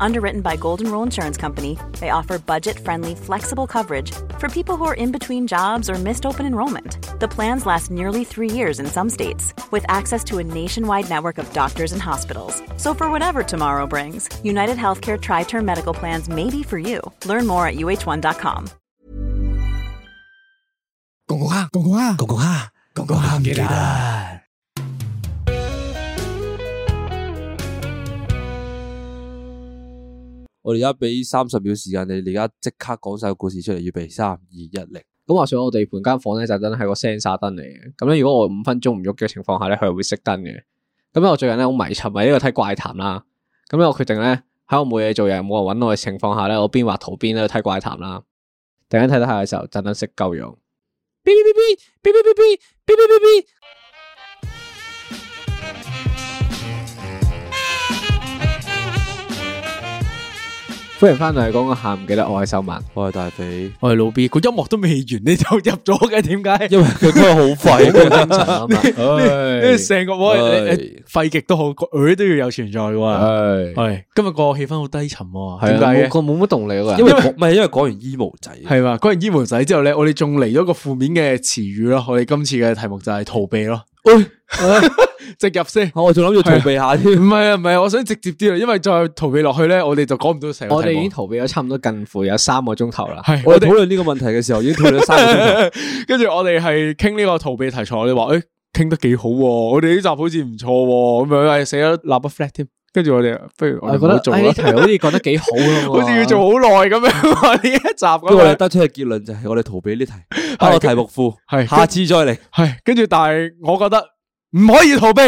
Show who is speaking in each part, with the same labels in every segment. Speaker 1: Underwritten by Golden Rule Insurance Company, they offer budget friendly, flexible coverage for people who are in between jobs or missed open enrollment. The plans last nearly three years in some states, with access to a nationwide network of doctors and hospitals. So, for whatever tomorrow brings, United Healthcare Tri Term Medical Plans may be for you. Learn more at uh1.com.
Speaker 2: 公公蝦，公公蝦，公公蝦，公公蝦唔記得。
Speaker 3: 我哋而家俾三十秒時間你，你而家即刻講晒個故事出嚟，預備三二一零。
Speaker 4: 咁話上我哋盤間房咧就真係個 sensor 燈嚟嘅，咁咧如果我五分鐘唔喐嘅情況下咧，佢係會熄燈嘅。咁咧我最近咧好迷沉迷啊呢個睇怪談啦，咁咧我決定咧喺我冇嘢做又冇人揾我嘅情況下咧，我邊畫圖邊喺度睇怪談啦。突然間睇睇下嘅時候，陣燈熄鳩用。嗶嗶嗶嗶嗶嗶嗶嗶嗶嗶嗶歡迎翻嚟講個下唔記得我係秀 文，
Speaker 3: 我係大肥，
Speaker 2: 我係老 B，個音樂都未完你就入咗嘅，點 解？
Speaker 3: 因為佢真係好 廢，
Speaker 4: 精神啊嘛，
Speaker 2: 呢成個 我
Speaker 3: 唉
Speaker 2: 廢極都好，個耳都要有存在喎。
Speaker 4: 唉
Speaker 2: 係今日個氣氛好低沉喎，
Speaker 4: 係
Speaker 2: 點
Speaker 4: 啊，
Speaker 2: 解
Speaker 4: 冇
Speaker 2: 嘅？
Speaker 4: 個冇乜動力啊，
Speaker 3: 因為講唔係因為講完 emo 仔，
Speaker 2: 係嘛？講完醫門仔之後咧，我哋仲嚟咗個負面嘅詞語咯。我哋今次嘅題目就係逃避咯。 直入先，
Speaker 3: 我仲諗住逃避下添。
Speaker 2: 唔係啊，唔係啊，我想直接啲啊，因為再逃避落去咧，我哋就講唔到成個
Speaker 4: 我哋
Speaker 2: 題
Speaker 4: 已
Speaker 2: 目
Speaker 4: 經。逃避咗差唔多近乎有三個鐘頭啦。
Speaker 2: 係
Speaker 3: 我
Speaker 2: 我
Speaker 3: 哋
Speaker 2: 哋
Speaker 3: 討論呢個問題嘅時候，已經討論咗三個鐘頭。
Speaker 2: 跟住我哋係傾呢個逃避題材，我哋話誒傾得幾好喎，我哋呢集好似唔錯喎，咁樣係寫咗立不 flat 添。跟住我哋不如我
Speaker 4: 我
Speaker 2: 哋
Speaker 4: 覺
Speaker 2: 唔好
Speaker 4: 得
Speaker 2: 做
Speaker 4: 哎
Speaker 2: 啦
Speaker 4: 呢，題好似講得 幾好咁
Speaker 2: 好
Speaker 4: 喎，
Speaker 2: 似要做好耐咁樣呢一集
Speaker 3: 不 過我哋
Speaker 2: 咁樣。
Speaker 3: 得出嘅結論就係我哋逃避 呢題，喺我題目庫，
Speaker 2: 係
Speaker 3: 下次再嚟。
Speaker 2: 係跟住，但係我覺得唔可以逃避，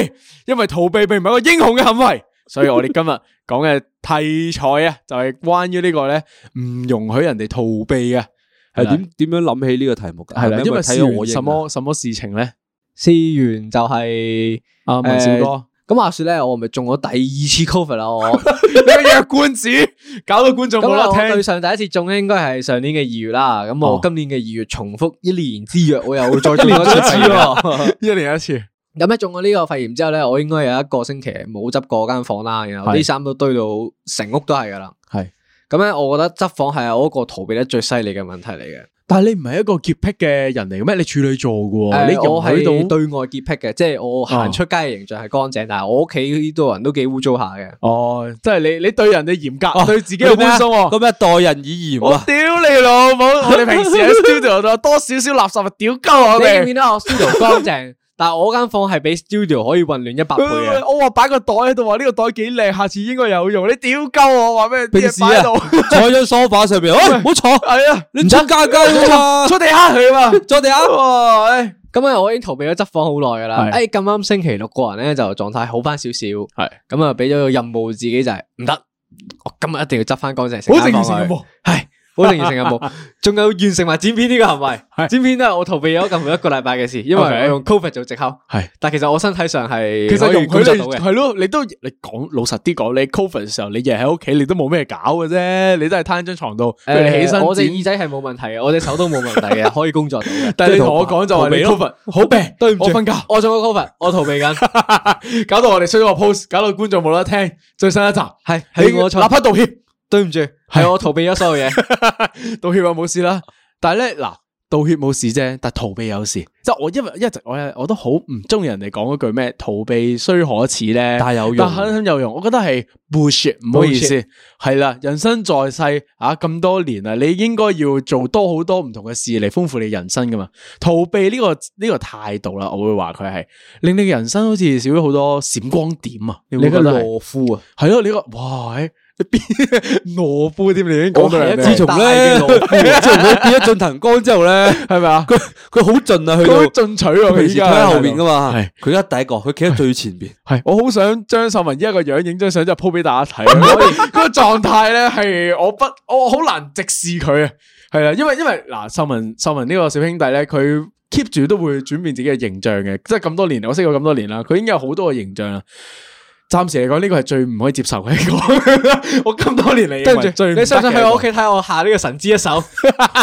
Speaker 2: 因為逃避並唔係一個英雄嘅行為。所以我哋今日講嘅題材啊，就係關於呢個咧唔容許人哋逃避嘅，
Speaker 3: 係點點樣諗起呢個題目㗎？
Speaker 2: 係啦
Speaker 3: 係咪，
Speaker 2: 因為
Speaker 3: 睇
Speaker 2: 試
Speaker 3: 咗我
Speaker 2: 完
Speaker 3: 影
Speaker 2: 什
Speaker 3: 啊
Speaker 2: 麼什麼事情咧？
Speaker 4: 試完就係
Speaker 3: 啊
Speaker 2: 阿文少哥。
Speaker 4: 咁話說咧，我咪中咗第二次 covid 啦， 我
Speaker 2: 你個弱冠子，搞到觀眾
Speaker 4: 咁
Speaker 2: 冇
Speaker 4: 啦，
Speaker 2: 得
Speaker 4: 我對
Speaker 2: 聽。
Speaker 4: 上第一次中咧，應該係上年嘅二月啦。咁
Speaker 2: 哦
Speaker 4: 我今年嘅二月重複一年之約，我又再中咗一次喎。
Speaker 2: 一年一次，
Speaker 4: 咁咧中咗呢個肺炎之後咧，我應該有一個星期冇執過間房啦，然後
Speaker 2: 係
Speaker 4: 啲衫都堆到成屋都係噶啦。
Speaker 2: 係
Speaker 4: 咁咧，我覺得執房係我一個逃避得最犀利嘅問題嚟嘅。
Speaker 2: 但係你唔係一個潔癖嘅人嚟嘅咩？你處女座
Speaker 4: 誒
Speaker 2: 嘅哦喎，你
Speaker 4: 我係
Speaker 2: 容許到哦
Speaker 4: 對外潔癖嘅，即係我行出街嘅形象係乾淨，但係我屋企呢度人都幾污糟下嘅。
Speaker 2: 哦，即係你你對人哋嚴格，對自己又寬鬆喎。
Speaker 3: 咁一啊待人以嚴
Speaker 2: 我
Speaker 3: 啊！
Speaker 2: 啊屌你老母！我 哋平時喺 studio 度多少少垃圾啊，屌鳩我
Speaker 4: 你見唔
Speaker 2: 哋。
Speaker 4: 見到我 studio 乾淨，但係我間房 係比 studio 可以混亂一百倍嘅。
Speaker 2: 我話擺個袋喺度，話呢個袋幾靚，下次應該有用。你屌鳩我話咩？
Speaker 3: 平
Speaker 2: 啲
Speaker 3: 時
Speaker 2: 嘢
Speaker 3: 啊
Speaker 2: 擺喺度，
Speaker 3: 坐喺張梳化上面，哎喂，唔好坐，
Speaker 2: 係啊，
Speaker 3: 你出家家啊嘛，
Speaker 2: 坐地下去啊嘛。
Speaker 3: 坐地下。
Speaker 2: 哇，唉
Speaker 4: 咁啊，我已經逃避咗執房好耐噶啦。
Speaker 2: 係
Speaker 4: 誒咁啱星期六個人咧就狀態好翻少少，
Speaker 2: 係
Speaker 4: 咁啊，俾咗個任務自己就係唔得，我今日一定要執翻乾淨成
Speaker 2: 好
Speaker 4: 間
Speaker 2: 正
Speaker 4: 房
Speaker 2: 義性
Speaker 4: 佢
Speaker 2: 嘅。喎。
Speaker 4: 係好定完成 任務，仲有完成埋剪片呢個行為。剪片都係我逃避咗近乎一個禮拜嘅事，因為
Speaker 2: OK
Speaker 4: 我用 covid 做藉口。
Speaker 2: 係，
Speaker 4: 但其實我身體上係
Speaker 2: 其實
Speaker 4: 可以
Speaker 2: 容
Speaker 4: 工
Speaker 2: 許
Speaker 4: 作
Speaker 2: 你
Speaker 4: 到嘅。
Speaker 2: 係咯，你都你講老實啲講，你 cover 嘅時候，你日日喺屋企，你都冇咩搞嘅啫，你都係攤喺張床度， 不如你起
Speaker 4: 呃誒我隻
Speaker 2: 身
Speaker 4: 耳
Speaker 2: 剪。
Speaker 4: 仔係冇問題嘅，我隻手都冇問題 嘅，可以工作到嘅。
Speaker 2: 但係你同我講就話你 cover 好病，對唔
Speaker 4: 住
Speaker 2: 我瞓覺，
Speaker 4: 我做咗 covid，我逃避 緊，
Speaker 2: 搞到我哋衰咗個 post，搞到觀眾冇得聽。最新一集
Speaker 4: 係
Speaker 2: 你
Speaker 4: 係我
Speaker 2: 立
Speaker 4: 錯，
Speaker 2: 刻道歉，
Speaker 4: 對唔住，係我逃避咗所有嘢。
Speaker 2: 道歉啊冇事啦。但係咧嗱，道歉冇事啫，但係逃避有事。即係我因為一直我我都好唔中意人哋講嗰句咩逃避雖可恥咧，
Speaker 3: 但係有用
Speaker 2: 但肯定有用。我覺得係 bullshit，唔好意思，係啦，人生在世啊咁多年啦，你應該要做多好多唔同嘅事嚟豐富你人生噶嘛。逃避呢、個呢、個態度啦，我會話佢係令你嘅人生好似少咗好多閃光點啊！你
Speaker 4: 你
Speaker 2: 會
Speaker 4: 個
Speaker 2: 覺得係
Speaker 4: 懦夫啊！
Speaker 2: 係咯？你個哇，欸你邊 懦夫添？你已經講到
Speaker 4: 我係一
Speaker 2: 人
Speaker 4: 個
Speaker 2: 哋
Speaker 3: 自從咧，
Speaker 4: 大嘅老
Speaker 3: 自從佢跌咗進藤江之後咧，
Speaker 2: 係咪啊？
Speaker 3: 佢佢好盡啊，去
Speaker 2: 佢好
Speaker 3: 到
Speaker 2: 進取喎，
Speaker 3: 佢
Speaker 2: 佢
Speaker 3: 平
Speaker 2: 依
Speaker 3: 時
Speaker 2: 家
Speaker 3: 企喺後邊噶嘛，
Speaker 2: 係
Speaker 3: 佢而家第一個，佢企喺最前邊，
Speaker 2: 系，我好想將秀文依家個樣影張 相，之後 po 俾大家睇。嗰個狀態咧係我不，我好難直視佢啊。係啦，因為因為嗱，秀文秀文呢個小兄弟咧，佢 keep 住都會轉變自己嘅形象嘅，即係咁多年嚟，我識佢咁多年啦，佢應該有好多嘅形象啦。暫時嚟講，呢個係最唔可以接受嘅一個。我 咁多年嚟，
Speaker 4: 跟
Speaker 2: 認為
Speaker 4: 住
Speaker 2: 最唔得
Speaker 4: 你想唔想去
Speaker 2: 嘅一個
Speaker 4: 我屋企睇我下呢個神之一手？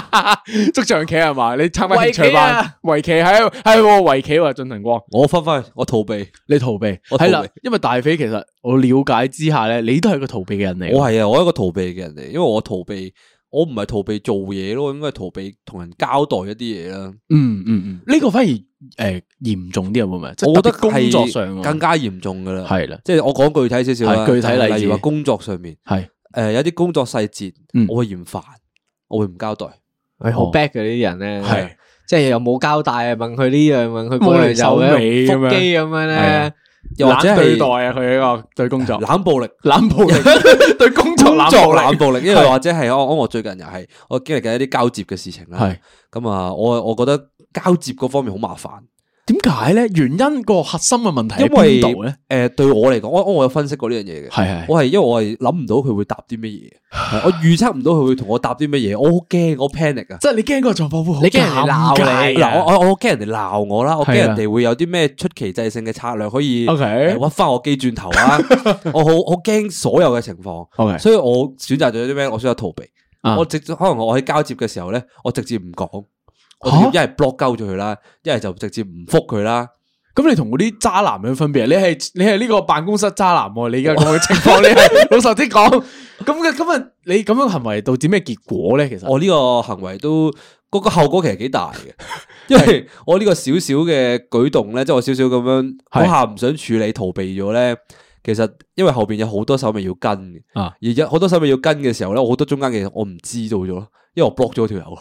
Speaker 2: 捉象棋係啊嘛？你參加
Speaker 4: 圍
Speaker 2: 興
Speaker 4: 棋
Speaker 2: 趣班
Speaker 4: 啊，
Speaker 2: 圍棋喺喺喎圍棋喎，俊騰光，
Speaker 3: 我翻翻去，我逃避，
Speaker 2: 你逃避
Speaker 3: 我逃
Speaker 2: 係
Speaker 3: 避
Speaker 2: 啦，因為大肥其實我了解之下咧，你都係個逃避嘅人嚟嘅。
Speaker 3: 我係啊，我係一個逃避嘅人嚟，因為我逃避，我唔係逃避做嘢咯，應該係逃避同人交代一啲嘢啦。
Speaker 2: 嗯嗯嗯，呢個反而誒嚴重啲啊，會唔會？即係
Speaker 3: 我覺得
Speaker 2: 特別工作上
Speaker 3: 係
Speaker 2: 啊
Speaker 3: 更加嚴重噶啦，
Speaker 2: 係啦，
Speaker 3: 即係我講具體少少啦，
Speaker 2: 係具體例子
Speaker 3: 例如話工作上面，
Speaker 2: 係
Speaker 3: 誒呃有啲工作細節
Speaker 2: 嗯，
Speaker 3: 我會嫌煩，我會唔交代，
Speaker 4: 係哎好
Speaker 2: 哦
Speaker 4: bad 嘅呢啲人咧，
Speaker 2: 係
Speaker 4: 即係又冇交代啊，問佢呢樣問佢嗰樣
Speaker 2: 冇嚟手尾
Speaker 4: 又
Speaker 2: 咁樣
Speaker 4: 腹肌咁樣
Speaker 2: 係啊
Speaker 4: 咧，
Speaker 3: 又或者
Speaker 2: 冷對待
Speaker 3: 係
Speaker 2: 啊，佢呢個對工作
Speaker 3: 冷暴 力。
Speaker 2: 冷暴力， 對工作
Speaker 3: 工
Speaker 2: 冷
Speaker 3: 作
Speaker 2: 暴
Speaker 3: 冷
Speaker 2: 力，
Speaker 3: 暴 力，因為或者係我我最近又係我經歷緊一啲交接嘅事情啦
Speaker 2: 係。
Speaker 3: 咁啊，我我覺得交接嗰方面好麻煩，
Speaker 2: 點解咧？原因個核心嘅問題
Speaker 3: 因
Speaker 2: 喺
Speaker 3: 為
Speaker 2: 邊度咧？
Speaker 3: 誒呃對我嚟講，我我有分析過呢樣嘢嘅。
Speaker 2: 係係
Speaker 3: 我係因為我係諗唔到佢會答啲乜嘢， 係我預測唔到佢會同我答啲乜嘢，我好驚，我 panic 啊！
Speaker 2: 即係你驚個狀況會好
Speaker 4: 你驚人哋鬧你
Speaker 2: 尷尬啊
Speaker 3: 嗱，我我我驚人哋鬧我啦，我驚
Speaker 2: 係啊
Speaker 3: 人哋會有啲咩出奇制勝嘅策略可以
Speaker 2: OK
Speaker 3: 呃屈翻我機轉頭啊！ 我好好驚所有嘅情況
Speaker 2: OK
Speaker 3: 所以我選擇咗啲咩？我選擇逃避。
Speaker 2: 啊
Speaker 3: 我直接可能我喺交接嘅時候咧，我直接唔講，我直接一係 block 鳩咗佢啦，一係就直接唔覆佢啦。
Speaker 2: 咁你同嗰啲渣男有咩分別啊？你係你係呢個辦公室渣男喎、你而家講嘅情況，你係老實啲講，咁嘅咁啊，你咁樣行為導致咩結果咧？其實
Speaker 3: 我呢個行為都嗰個後果其實幾大 嘅，因為我呢個少少嘅舉動咧，即係我少少咁樣
Speaker 2: 係
Speaker 3: 嗰下唔想處理逃避咗咧，其實因為後邊有好多手尾要跟嘅，
Speaker 2: 啊
Speaker 3: 而有好多手尾要跟嘅時候咧，我好多中間嘅嘢我唔知道咗咯，因為我 block 咗條友。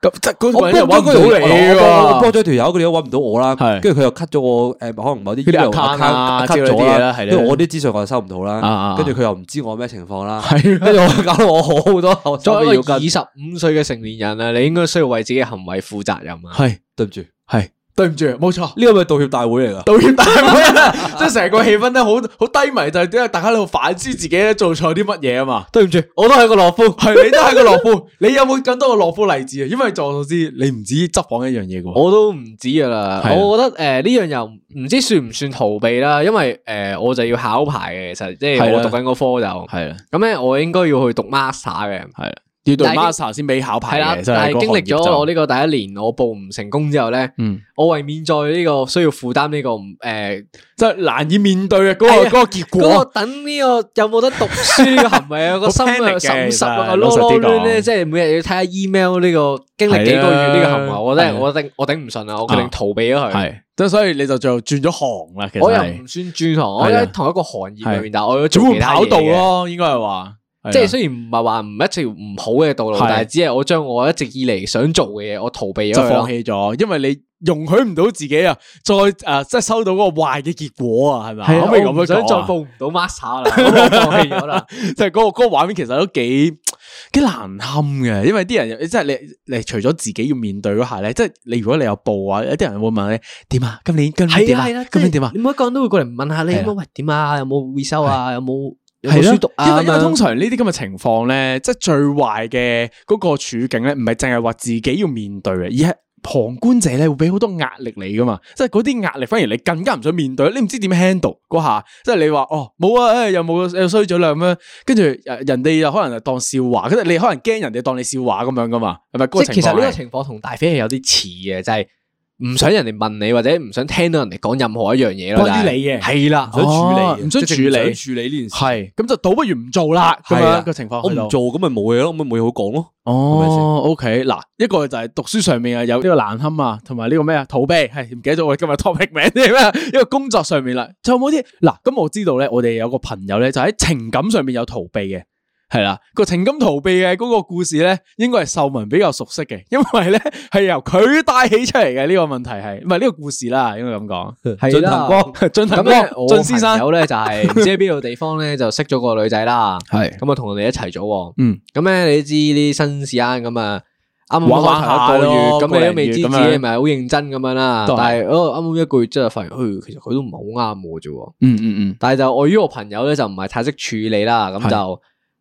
Speaker 2: 咁即係嗰
Speaker 3: 我
Speaker 2: 個人又
Speaker 3: block
Speaker 2: 揾
Speaker 3: 咗
Speaker 2: 唔
Speaker 3: 佢
Speaker 2: 到你
Speaker 3: 我我我
Speaker 2: 喎
Speaker 3: block。咗條友，佢哋都揾唔到我啦。
Speaker 2: 係
Speaker 3: 跟住佢又 cut 咗我誒，可能某啲
Speaker 2: 佢啲
Speaker 3: email
Speaker 2: account 啊
Speaker 3: cut
Speaker 2: 之類啲
Speaker 3: 咗
Speaker 2: 嘢啦係啦
Speaker 3: 因為我啲資訊我又收唔到
Speaker 2: 啊啊
Speaker 3: 啦
Speaker 2: 啊。
Speaker 3: 跟住佢又唔知我咩情況啦。
Speaker 2: 係啊
Speaker 3: 跟住我搞到我好多後
Speaker 4: 作
Speaker 3: 手
Speaker 4: 為
Speaker 3: 尾
Speaker 4: 一
Speaker 3: 要
Speaker 4: 個二
Speaker 3: 跟。
Speaker 4: 十五歲嘅成年人啊，你應該需要為自己嘅行為負責任啊。
Speaker 2: 係
Speaker 3: 對唔住，呢
Speaker 2: 係，對唔住，冇錯。
Speaker 3: 個咪道歉大會嚟㗎。
Speaker 2: 道歉大會啊，即係成個氣氛咧，好好低迷，就係因為大家喺度反思自己咧做錯啲乜嘢啊嘛。
Speaker 4: 對唔住，我都係個懦夫，
Speaker 2: 係你都係個懦夫，你有冇更多嘅懦夫例子啊？因為就我所知，你唔止執房一樣嘢嘅喎。
Speaker 4: 我都唔止噶啦。
Speaker 2: 係啊
Speaker 4: 我覺得诶呢樣又唔知算唔算逃避啦，因為诶我就要考牌嘅，其實即
Speaker 2: 係
Speaker 4: 係
Speaker 2: 啦
Speaker 4: 我讀緊個科就
Speaker 2: 係啦，
Speaker 4: 咁咧，我應該要去讀 master 嘅。
Speaker 2: 係啦，要讀
Speaker 4: 但係
Speaker 2: master 先俾考
Speaker 4: 係
Speaker 2: 牌
Speaker 4: 啦
Speaker 2: 嘅。，真
Speaker 4: 但
Speaker 2: 係
Speaker 4: 係
Speaker 2: 個
Speaker 4: 經
Speaker 2: 行
Speaker 4: 歷
Speaker 2: 業就
Speaker 4: 咗我呢個第一年，我報唔成功之後咧，
Speaker 2: 嗯
Speaker 4: 我為免再呢個需要負擔呢個嗯唔诶
Speaker 2: 即係難以面對嘅嗰
Speaker 4: 係
Speaker 2: 個
Speaker 4: 啊
Speaker 2: 嗰個結
Speaker 4: 嗰個
Speaker 2: 果。
Speaker 4: 等呢個有冇得讀書呢個行為啊，個心
Speaker 2: 好
Speaker 4: 啊
Speaker 2: panic 嘅
Speaker 4: 十
Speaker 2: 其
Speaker 4: 十
Speaker 2: 實
Speaker 4: 啊，
Speaker 2: 老
Speaker 4: 囉
Speaker 2: 實
Speaker 4: 囉
Speaker 2: 啲講
Speaker 4: 攣咧，即係每日要睇下 email 呢個經歷幾個月呢個行為，
Speaker 2: 係啊
Speaker 4: 我覺
Speaker 2: 係
Speaker 4: 得
Speaker 2: 啊
Speaker 4: 我頂我頂唔順啊，我決定
Speaker 2: 啊
Speaker 4: 逃避咗佢。
Speaker 2: 係，即係所以你就最後轉咗行啦。其實
Speaker 4: 我又
Speaker 2: 係
Speaker 4: 唔算轉行，我
Speaker 2: 係啊
Speaker 4: 喺同一個行業裏
Speaker 2: 係
Speaker 4: 面，但係我要做
Speaker 2: 轉
Speaker 4: 其
Speaker 2: 換
Speaker 4: 他
Speaker 2: 跑
Speaker 4: 嘢
Speaker 2: 道
Speaker 4: 嘅。
Speaker 2: 咯，應該係話。
Speaker 4: 即係
Speaker 2: 係啊
Speaker 4: 雖然唔係話唔一條唔好嘅道路，
Speaker 2: 係
Speaker 4: 但係只係我將我一直以嚟想做嘅嘢，我逃避咗
Speaker 2: 啊就
Speaker 4: 佢
Speaker 2: 放
Speaker 4: 咯。
Speaker 2: 棄咗，因為你容許唔到自己啊，再誒即係收到嗰個壞嘅結果啊，係咪啊？可唔可以
Speaker 4: 我唔
Speaker 2: 咁樣
Speaker 4: 想
Speaker 2: 講
Speaker 4: 再
Speaker 2: 啊
Speaker 4: 報唔到 master 啦，我放棄咗啦。
Speaker 2: 即係嗰個嗰個畫面其實都幾幾難堪嘅，因為啲人即係你，你除咗自己要面對嗰下咧，即係你如果你有報啊，有啲人會問你點啊，今年今年
Speaker 4: 係
Speaker 2: 點
Speaker 4: 啊
Speaker 2: 啊
Speaker 4: 係啊，，
Speaker 2: 今
Speaker 4: 即係
Speaker 2: 年點啊？
Speaker 4: 你每一個人都會過嚟問下你，
Speaker 2: 係啊
Speaker 4: 咁啊喂點啊？有冇回收啊？有冇有冇
Speaker 2: 係
Speaker 4: 書
Speaker 2: 咯
Speaker 4: 讀啊？
Speaker 2: 因為因為
Speaker 4: 咁樣
Speaker 2: 通常呢啲咁嘅情況咧，即係最壞嘅嗰個處境咧，唔係淨係話自己要面對嘅，而係旁觀者咧會俾好多壓力你噶嘛，即係嗰啲壓力反而你更加唔想面對，你唔知點 handle 嗰下，即係你話哦冇啊，誒又冇又衰咗啦咁樣，跟住呃人哋又可能就當笑話，跟住你可能驚人哋當你笑話咁樣噶嘛，係咪？嗰
Speaker 4: 即
Speaker 2: 個
Speaker 4: 係
Speaker 2: 情
Speaker 4: 其實呢
Speaker 2: 況
Speaker 4: 個
Speaker 2: 係
Speaker 4: 情況同大飛係有啲似嘅，就係唔想人哋問你，或者唔想聽到人哋講任何一樣嘢咯。
Speaker 2: 關於你嘅
Speaker 4: 係啦，
Speaker 2: 想處理嘅
Speaker 4: 唔
Speaker 2: 哦唔
Speaker 4: 想
Speaker 2: 想處
Speaker 4: 處
Speaker 2: 理
Speaker 4: 理。
Speaker 3: 處理呢件事，
Speaker 2: 係咁就倒不如唔做啦，咁
Speaker 3: 係啊
Speaker 2: 樣個情況
Speaker 3: 我
Speaker 2: 去到
Speaker 3: 唔做咁咪冇嘢咯，咁咪冇嘢好講咯。咪先
Speaker 2: 哦，OK，嗱，一個就係讀書上面啊有呢個難堪啊，同埋呢個咩啊逃避，係唔記得咗我哋今日 topic 名啲 咩？一個工作上面啦，仲有冇啲嗱？咁我知道咧，我哋有個朋友咧就喺情感上面有逃避嘅，係啦，個情感逃避嘅嗰個故事咧，應該係秀文比較熟悉嘅，因為咧係由佢帶起出嚟嘅呢個問題係，唔係呢個故事啦，應該咁講。
Speaker 4: 係啦
Speaker 2: 俊騰光， 俊騰
Speaker 4: 咁咧，
Speaker 2: 光，
Speaker 4: 我
Speaker 2: 俊先生
Speaker 4: 朋友咧就 係唔知喺邊度地方咧就識咗個女仔啦，
Speaker 2: 係
Speaker 4: 咁啊同佢哋一齊咗喎。
Speaker 2: 嗯，
Speaker 4: 咁咧你知呢啲新事啊，咁啊。啱啱
Speaker 2: 玩玩下
Speaker 4: 開頭一個月，
Speaker 2: 咯
Speaker 4: 咁你都未
Speaker 2: 個
Speaker 4: 知
Speaker 2: 零月
Speaker 4: 自己
Speaker 2: 咁樣
Speaker 4: 係咪好認真咁樣啦。
Speaker 2: 都
Speaker 4: 但
Speaker 2: 係
Speaker 4: 係哦，啱啱一個月之後發現，誒，其實佢都唔係好啱我啫喎。
Speaker 2: 嗯嗯嗯，
Speaker 4: 但係就礙於我朋友咧就唔係太識處理啦，咁
Speaker 2: 係
Speaker 4: 就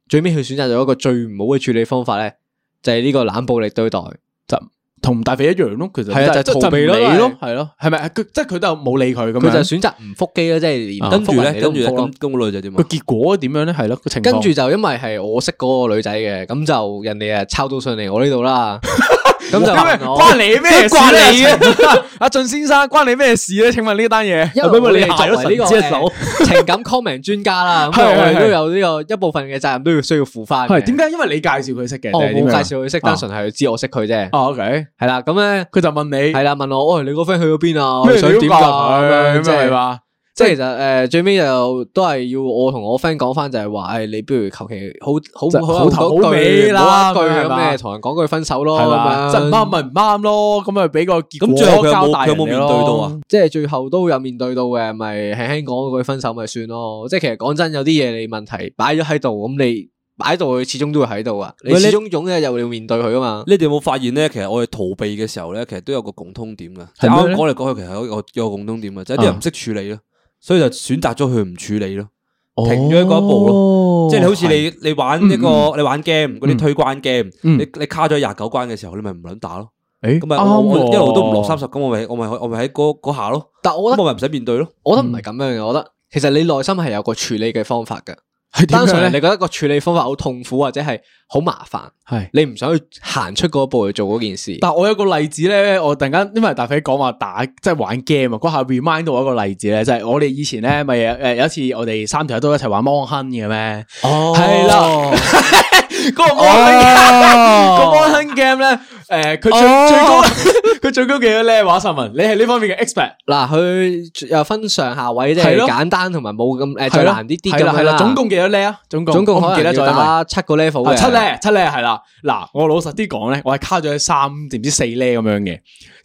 Speaker 4: 最尾佢選擇咗一個最唔好嘅處理方法咧，就係呢個冷暴力對待，
Speaker 2: 就同大肥一樣咯，其實
Speaker 4: 係啊
Speaker 2: 即
Speaker 4: 就
Speaker 2: 係
Speaker 4: 係
Speaker 2: 即係
Speaker 4: 逃避咯
Speaker 2: 唔理咯
Speaker 4: 都，
Speaker 2: 係咯，係咪？佢即係佢都冇理佢咁
Speaker 4: 佢就
Speaker 2: 樣。啊
Speaker 4: 選擇唔覆機咯，即係連
Speaker 3: 跟住咧，
Speaker 4: 覆人哋
Speaker 3: 跟
Speaker 4: 都唔
Speaker 3: 住咧，
Speaker 4: 覆咯
Speaker 3: 咁咁個女仔點
Speaker 2: 個
Speaker 3: 啊？
Speaker 2: 結果點樣咧？係咯，個情況
Speaker 4: 跟住就因為係我識嗰個女仔嘅，咁就人哋啊抄到上嚟我呢度 啦，咁就
Speaker 2: 因為
Speaker 4: 問我
Speaker 2: 關你咩事啊
Speaker 4: 關
Speaker 2: 咧
Speaker 4: 你
Speaker 2: 嘅？ 阿俊先生關你咩事咧？請問呢單嘢
Speaker 4: 因為
Speaker 2: 係咪
Speaker 4: 我
Speaker 2: 你
Speaker 4: 哋
Speaker 2: 下
Speaker 4: 作
Speaker 2: 咗
Speaker 4: 為呢個
Speaker 2: 神之一手？
Speaker 4: 誒 情感 comment 專家啦，咁
Speaker 2: 係
Speaker 4: 我哋
Speaker 2: 係
Speaker 4: 都有呢個一部分嘅責任都要需要負翻。
Speaker 2: 係點？解？因為你介紹佢識嘅，
Speaker 3: 哦
Speaker 4: 我冇
Speaker 2: 定係點樣
Speaker 4: 介紹佢識，單純係佢知我識佢啫。
Speaker 2: 哦，OK，
Speaker 4: 係啦，咁咧
Speaker 2: 佢就問你
Speaker 3: 啊
Speaker 4: 係啦，問我喂你個 friend 去咗邊 啊？
Speaker 2: 咩
Speaker 4: 佢想
Speaker 2: 料
Speaker 4: 點
Speaker 2: 㗎
Speaker 4: 㗎？
Speaker 2: 佢
Speaker 4: 咁樣即
Speaker 2: 咁係
Speaker 4: 係
Speaker 2: 嘛？
Speaker 4: 即係其實誒最尾就都係要我同我 friend 講翻就係話誒你不如求其好
Speaker 2: 即係
Speaker 4: 好
Speaker 2: 好頭好尾啦
Speaker 4: 一句
Speaker 2: 咁樣係
Speaker 4: 咁
Speaker 2: 嘛
Speaker 4: 你同人講句分手咯
Speaker 2: 係嘛？
Speaker 4: 咁
Speaker 2: 即係
Speaker 4: 樣
Speaker 2: 唔啱咪唔啱咯，咁咪俾個結
Speaker 3: 咁最後
Speaker 2: 果
Speaker 3: 佢有
Speaker 2: 交
Speaker 3: 冇
Speaker 2: 代
Speaker 3: 佢有冇面
Speaker 2: 人
Speaker 3: 對
Speaker 2: 哋
Speaker 3: 到
Speaker 2: 咯
Speaker 3: 啊？？
Speaker 4: 即係最後都有面對到嘅，咪輕輕講句分手咪算咯。即係其實講真，有啲嘢你問題擺咗喺度，咁你擺到佢始終都會喺度啊。你
Speaker 3: 喂
Speaker 4: 始
Speaker 3: 你
Speaker 4: 終總咧又要面對佢噶嘛。
Speaker 3: 你哋有冇發現咧？其實我哋逃避嘅時候咧，其實都有個共通點嘅。即係
Speaker 2: 係咩啊
Speaker 3: 啱
Speaker 2: 咧
Speaker 3: 啱講嚟講去，其實有有有個共通點啊嘅，就係啲人唔識處理咯，所以就選擇咗佢唔處理咯。
Speaker 2: 哦
Speaker 3: 停咗嗰一步
Speaker 2: 咯
Speaker 3: 即係你好似你你玩一
Speaker 2: 哦嗯
Speaker 3: 個你玩 game 嗰
Speaker 2: 嗯
Speaker 3: 啲推關 game，
Speaker 2: 嗯
Speaker 3: 你你卡咗廿九關嘅時候，你咪唔撚打咯。
Speaker 2: 誒
Speaker 3: 咁咪我我
Speaker 2: 啱
Speaker 3: 一路都唔落
Speaker 2: 喎
Speaker 3: 三十，咁我咪我咪我咪喺嗰嗰下咯。
Speaker 4: 但我
Speaker 3: 咁
Speaker 4: 覺
Speaker 2: 嗯
Speaker 4: 得，
Speaker 3: 我咪唔使面對咯。
Speaker 4: 我覺得唔係咁樣嘅。我覺得其實你內心係有個處理嘅方法嘅。
Speaker 2: 係點
Speaker 4: 單純係
Speaker 2: 樣
Speaker 4: 你
Speaker 2: 咧？
Speaker 4: 覺得個處理方法好痛苦或者係好麻煩，
Speaker 2: 係。
Speaker 4: 你唔想去行出嗰一步去做嗰件事。
Speaker 2: 但我有個例子咧，我突然間因為大肥講話打即係玩 game 啊，嗰下 remind 到我一個例子咧，就係、我哋以前咧咪誒有一次我哋三條友都一齊玩芒亨嘅咩？
Speaker 4: 哦
Speaker 2: 係啦，嗰個芒亨個芒亨 game 咧，誒、佢最、
Speaker 4: 哦
Speaker 2: 最高 佢最高幾多咧？話新文，你係呢方面嘅 expert。
Speaker 4: 嗱，佢又分上下位，即
Speaker 2: 係
Speaker 4: 係
Speaker 2: 咯
Speaker 4: 簡單同埋冇咁誒，
Speaker 2: 係
Speaker 4: 再
Speaker 2: 啦
Speaker 4: 難啲啲
Speaker 2: 係
Speaker 4: 咁
Speaker 2: 啦，係
Speaker 4: 樣
Speaker 2: 啦，
Speaker 4: 啦。
Speaker 2: 總共幾多咧啊？總共
Speaker 4: 總共
Speaker 2: 我唔
Speaker 4: 可
Speaker 2: 記得
Speaker 4: 能
Speaker 2: 咗
Speaker 4: 要
Speaker 2: 因為
Speaker 4: 打七個 level
Speaker 2: 啊
Speaker 4: 嘅
Speaker 2: 七咧七咧係啦，嗱我老實啲講咧，我係卡咗喺三定唔知四咧咁樣嘅，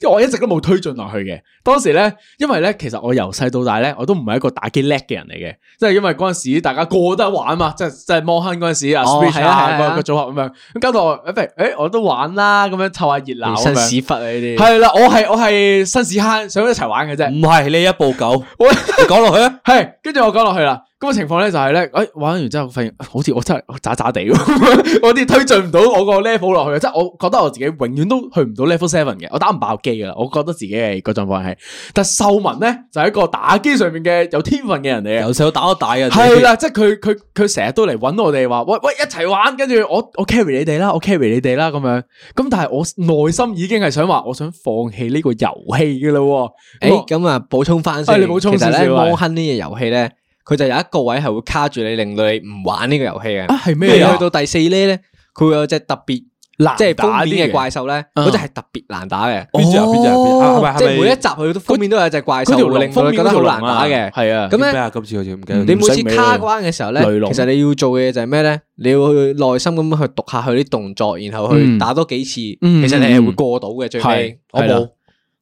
Speaker 2: 因為我一直都冇推進落去嘅。當時咧，因為咧其實我由細到大咧，我都唔係一個打機叻嘅人嚟嘅，即係因為嗰陣時大家個個都玩啊嘛，即係即係摩亨嗰陣時啊
Speaker 4: 哦
Speaker 2: Switch
Speaker 4: 係啊
Speaker 2: 啊
Speaker 4: 係啊
Speaker 2: 個個組合咁樣，咁搞到我誒不如誒我都玩啦，咁樣湊下熱鬧咁
Speaker 4: 新
Speaker 2: 樣。
Speaker 4: 屎忽啊呢啲。
Speaker 2: 係啦，我係我係新屎坑，想一齊玩嘅啫。
Speaker 3: 唔係你一步狗，
Speaker 2: 我
Speaker 3: 你講落去啊！
Speaker 2: 系，跟住我講落去啦。咁、個情況咧就係咧，诶、玩完之後發現，哎好似我真係渣渣地喎， 我啲推進唔到我個 level 落去，即係我覺得我自己永遠都去唔到 level seven 嘅，我打唔爆機噶啦。我覺得自己係個狀況係，但秀文咧就係一個打機上面嘅有天分嘅人嚟嘅。
Speaker 3: 由細到打到大
Speaker 4: 啊
Speaker 3: 嘅，
Speaker 2: 係啦，即係佢佢佢成日都嚟揾我哋話，喂喂一齊玩，跟住我我 carry 你哋啦，我 carry 你哋啦咁樣。咁但係我內心已經係想話，我想放棄呢個遊戲嘅啦喎。
Speaker 4: 诶，咁啊，補充翻
Speaker 2: 哎
Speaker 4: 先。
Speaker 2: 你補充
Speaker 4: 其實
Speaker 2: 少
Speaker 4: 咧，
Speaker 2: 少啊
Speaker 4: 摩亨呢隻遊戲咧，佢就有一個位係會卡住你，令到你唔玩呢個遊戲嘅。
Speaker 2: 啊係咩
Speaker 4: 你
Speaker 2: 啊
Speaker 4: 去到第四咧咧，佢會有隻特別
Speaker 2: 嗱，
Speaker 4: 即係封面嘅怪獸咧，嗰隻
Speaker 2: 嗯
Speaker 4: 係特別難打嘅。
Speaker 3: 邊隻啊？邊隻啊？邊隻啊係咪
Speaker 4: 即係
Speaker 3: 係咪
Speaker 4: 每一集佢都封面都有一隻怪
Speaker 2: 嗰條
Speaker 4: 獸，會令到你覺得好難打嘅。
Speaker 2: 系啊，
Speaker 4: 咁
Speaker 3: 咩
Speaker 4: 咧，
Speaker 3: 啊？今次好似唔記得
Speaker 2: 嗯
Speaker 3: 咗。
Speaker 4: 你每次
Speaker 2: 唔使
Speaker 4: 卡關嘅時候咧，
Speaker 2: 雷龍
Speaker 4: 其實你要做嘅嘢就係咩咧？你要去耐心咁去讀下佢啲動作，然後去
Speaker 2: 嗯
Speaker 4: 打多幾次，
Speaker 2: 嗯
Speaker 4: 其實你係會過到嘅最
Speaker 2: 係
Speaker 4: 尾。我
Speaker 2: 係啦
Speaker 4: 冇，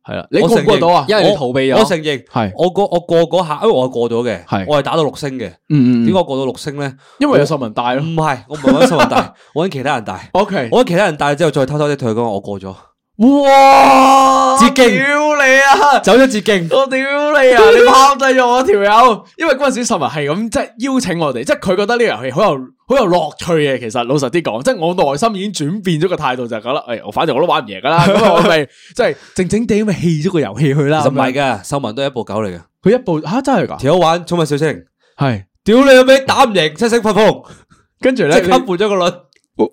Speaker 2: 系啦，你
Speaker 3: 我
Speaker 2: 過唔
Speaker 3: 承
Speaker 2: 過
Speaker 3: 認
Speaker 2: 到啊？
Speaker 4: 因為你
Speaker 3: 我
Speaker 4: 逃避咗。
Speaker 3: 我承認，
Speaker 2: 係
Speaker 3: 我過我過嗰下，因為我係過咗
Speaker 2: 係
Speaker 3: 嘅，我係打到六星嘅。點
Speaker 2: 嗯
Speaker 3: 解我過到六星咧？
Speaker 2: 因為有秀文帶
Speaker 3: 唔
Speaker 2: 咯。
Speaker 3: 係，我唔係揾新人大，我揾其他人大。
Speaker 2: O K，
Speaker 3: 嗯我揾其他人大之後，再偷偷啲同佢講我過咗，
Speaker 2: 哇！
Speaker 3: 致敬
Speaker 2: 屌你啊！
Speaker 3: 走咗捷徑。
Speaker 2: 我屌你啊！你拋低咗我條友，因為嗰陣時秀文係咁即係邀請我哋，即係佢覺得呢個遊戲好有好有樂趣嘅。其實老實啲講，即係我內心已經轉變咗個態度，就係覺得哎誒，我反正我都玩唔贏噶啦，咁啊我咪即係靜靜地咁咪棄咗個遊戲去啦。
Speaker 3: 其實唔係噶，秀文都係一部狗嚟嘅。
Speaker 2: 佢一步吓真係㗎，
Speaker 3: 條友玩寵物小精靈，
Speaker 2: 係
Speaker 3: 屌你老味打唔贏七星噴風，
Speaker 2: 跟住咧
Speaker 3: 即刻換咗個輪。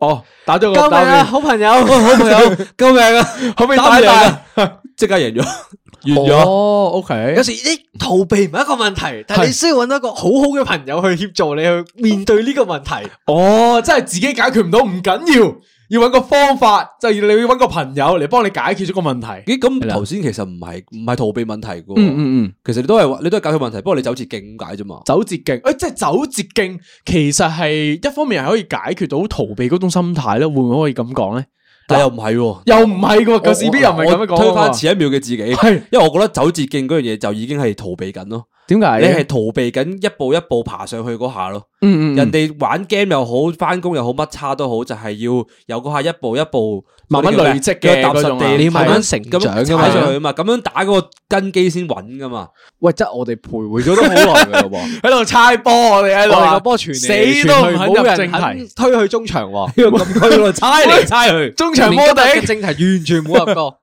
Speaker 2: 哦打咗個
Speaker 4: 救命
Speaker 2: 打
Speaker 4: 啊，
Speaker 2: 面
Speaker 4: 好朋友，
Speaker 3: 好朋友，救命啊！
Speaker 2: 可唔可以
Speaker 3: 打
Speaker 2: 打
Speaker 3: 唔贏
Speaker 2: 大？
Speaker 3: 啊，即刻贏咗，完咗。
Speaker 2: 哦，OK，
Speaker 4: 有時啲逃避唔係一個問題，但係你需要揾到一個好好嘅朋友去協助你去面對呢個問題。
Speaker 2: 哦，即係自己解決唔到唔緊要，要揾個方法，就要你要揾個朋友嚟幫你解決咗個問題。
Speaker 3: 咦，
Speaker 2: 係
Speaker 3: 咁
Speaker 2: 啦
Speaker 3: 頭先其實唔係唔係逃避問題嘅，
Speaker 2: 嗯嗯，
Speaker 3: 其實你都係你都係解決問題，不過你走捷徑咁解啫
Speaker 4: 啊
Speaker 3: 嘛。
Speaker 2: 走捷徑，誒，即係走捷徑，其實係一方面係可以解決到逃避嗰種心態咧，會唔會可以咁講咧？
Speaker 3: 但又唔係喎，
Speaker 2: 又唔係喎，個
Speaker 3: 我
Speaker 2: 事必又唔係咁樣
Speaker 3: 我
Speaker 2: 講喎。啊
Speaker 3: 推翻前一秒嘅自己，
Speaker 2: 係
Speaker 3: 因為我覺得走捷徑嗰樣嘢就已經係逃避緊咯。
Speaker 2: 点解？
Speaker 3: 你
Speaker 4: 啊
Speaker 3: 係逃避緊一步一步爬上去嗰下咯。
Speaker 2: 嗯嗯嗯
Speaker 3: 人哋玩 game 又好，翻工又好，乜叉都好，就係要有嗰下一步一步
Speaker 2: 慢慢
Speaker 3: 嗰啲叫咩
Speaker 2: 累積嘅
Speaker 3: 腳踏
Speaker 2: 嗰
Speaker 3: 實
Speaker 2: 種啊
Speaker 3: 地，
Speaker 2: 你要
Speaker 4: 慢慢
Speaker 3: 係
Speaker 4: 成
Speaker 3: 咁
Speaker 4: 長㗎嘛
Speaker 3: 踩上去啊嘛，咁樣打嗰個根基先穩噶嘛。
Speaker 4: 喂，即系我哋徘徊咗都好耐噶咯喎。
Speaker 2: 喺度猜波，我哋喺
Speaker 4: 我
Speaker 2: 度
Speaker 4: 哋
Speaker 2: 啊
Speaker 4: 個波傳嚟
Speaker 2: 死
Speaker 4: 傳去
Speaker 2: 都唔肯入
Speaker 4: 冇人
Speaker 2: 正
Speaker 4: 肯
Speaker 2: 題，
Speaker 4: 推去中場喎。
Speaker 3: 咁區咯，猜嚟猜去。
Speaker 2: 中場
Speaker 4: 連
Speaker 2: 摸
Speaker 4: 今日
Speaker 2: 底
Speaker 4: 嘅正題完全冇入 過，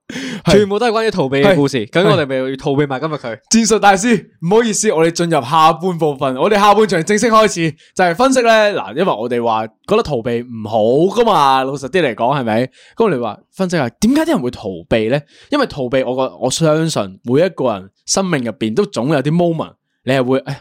Speaker 4: 全部都係關於逃避嘅故事。咁我哋咪要逃避埋今日佢。
Speaker 2: 戰術大師，唔好意思，我哋進入下半部分，我哋下半場正式開始就係分析咧。嗱，因為我哋話覺得逃避唔好噶嘛，老實啲嚟講係咪？咁我哋話分析下點解啲人會逃避咧？因為逃避我個我相信每一個人生命入邊都總有啲 moment，你係會唉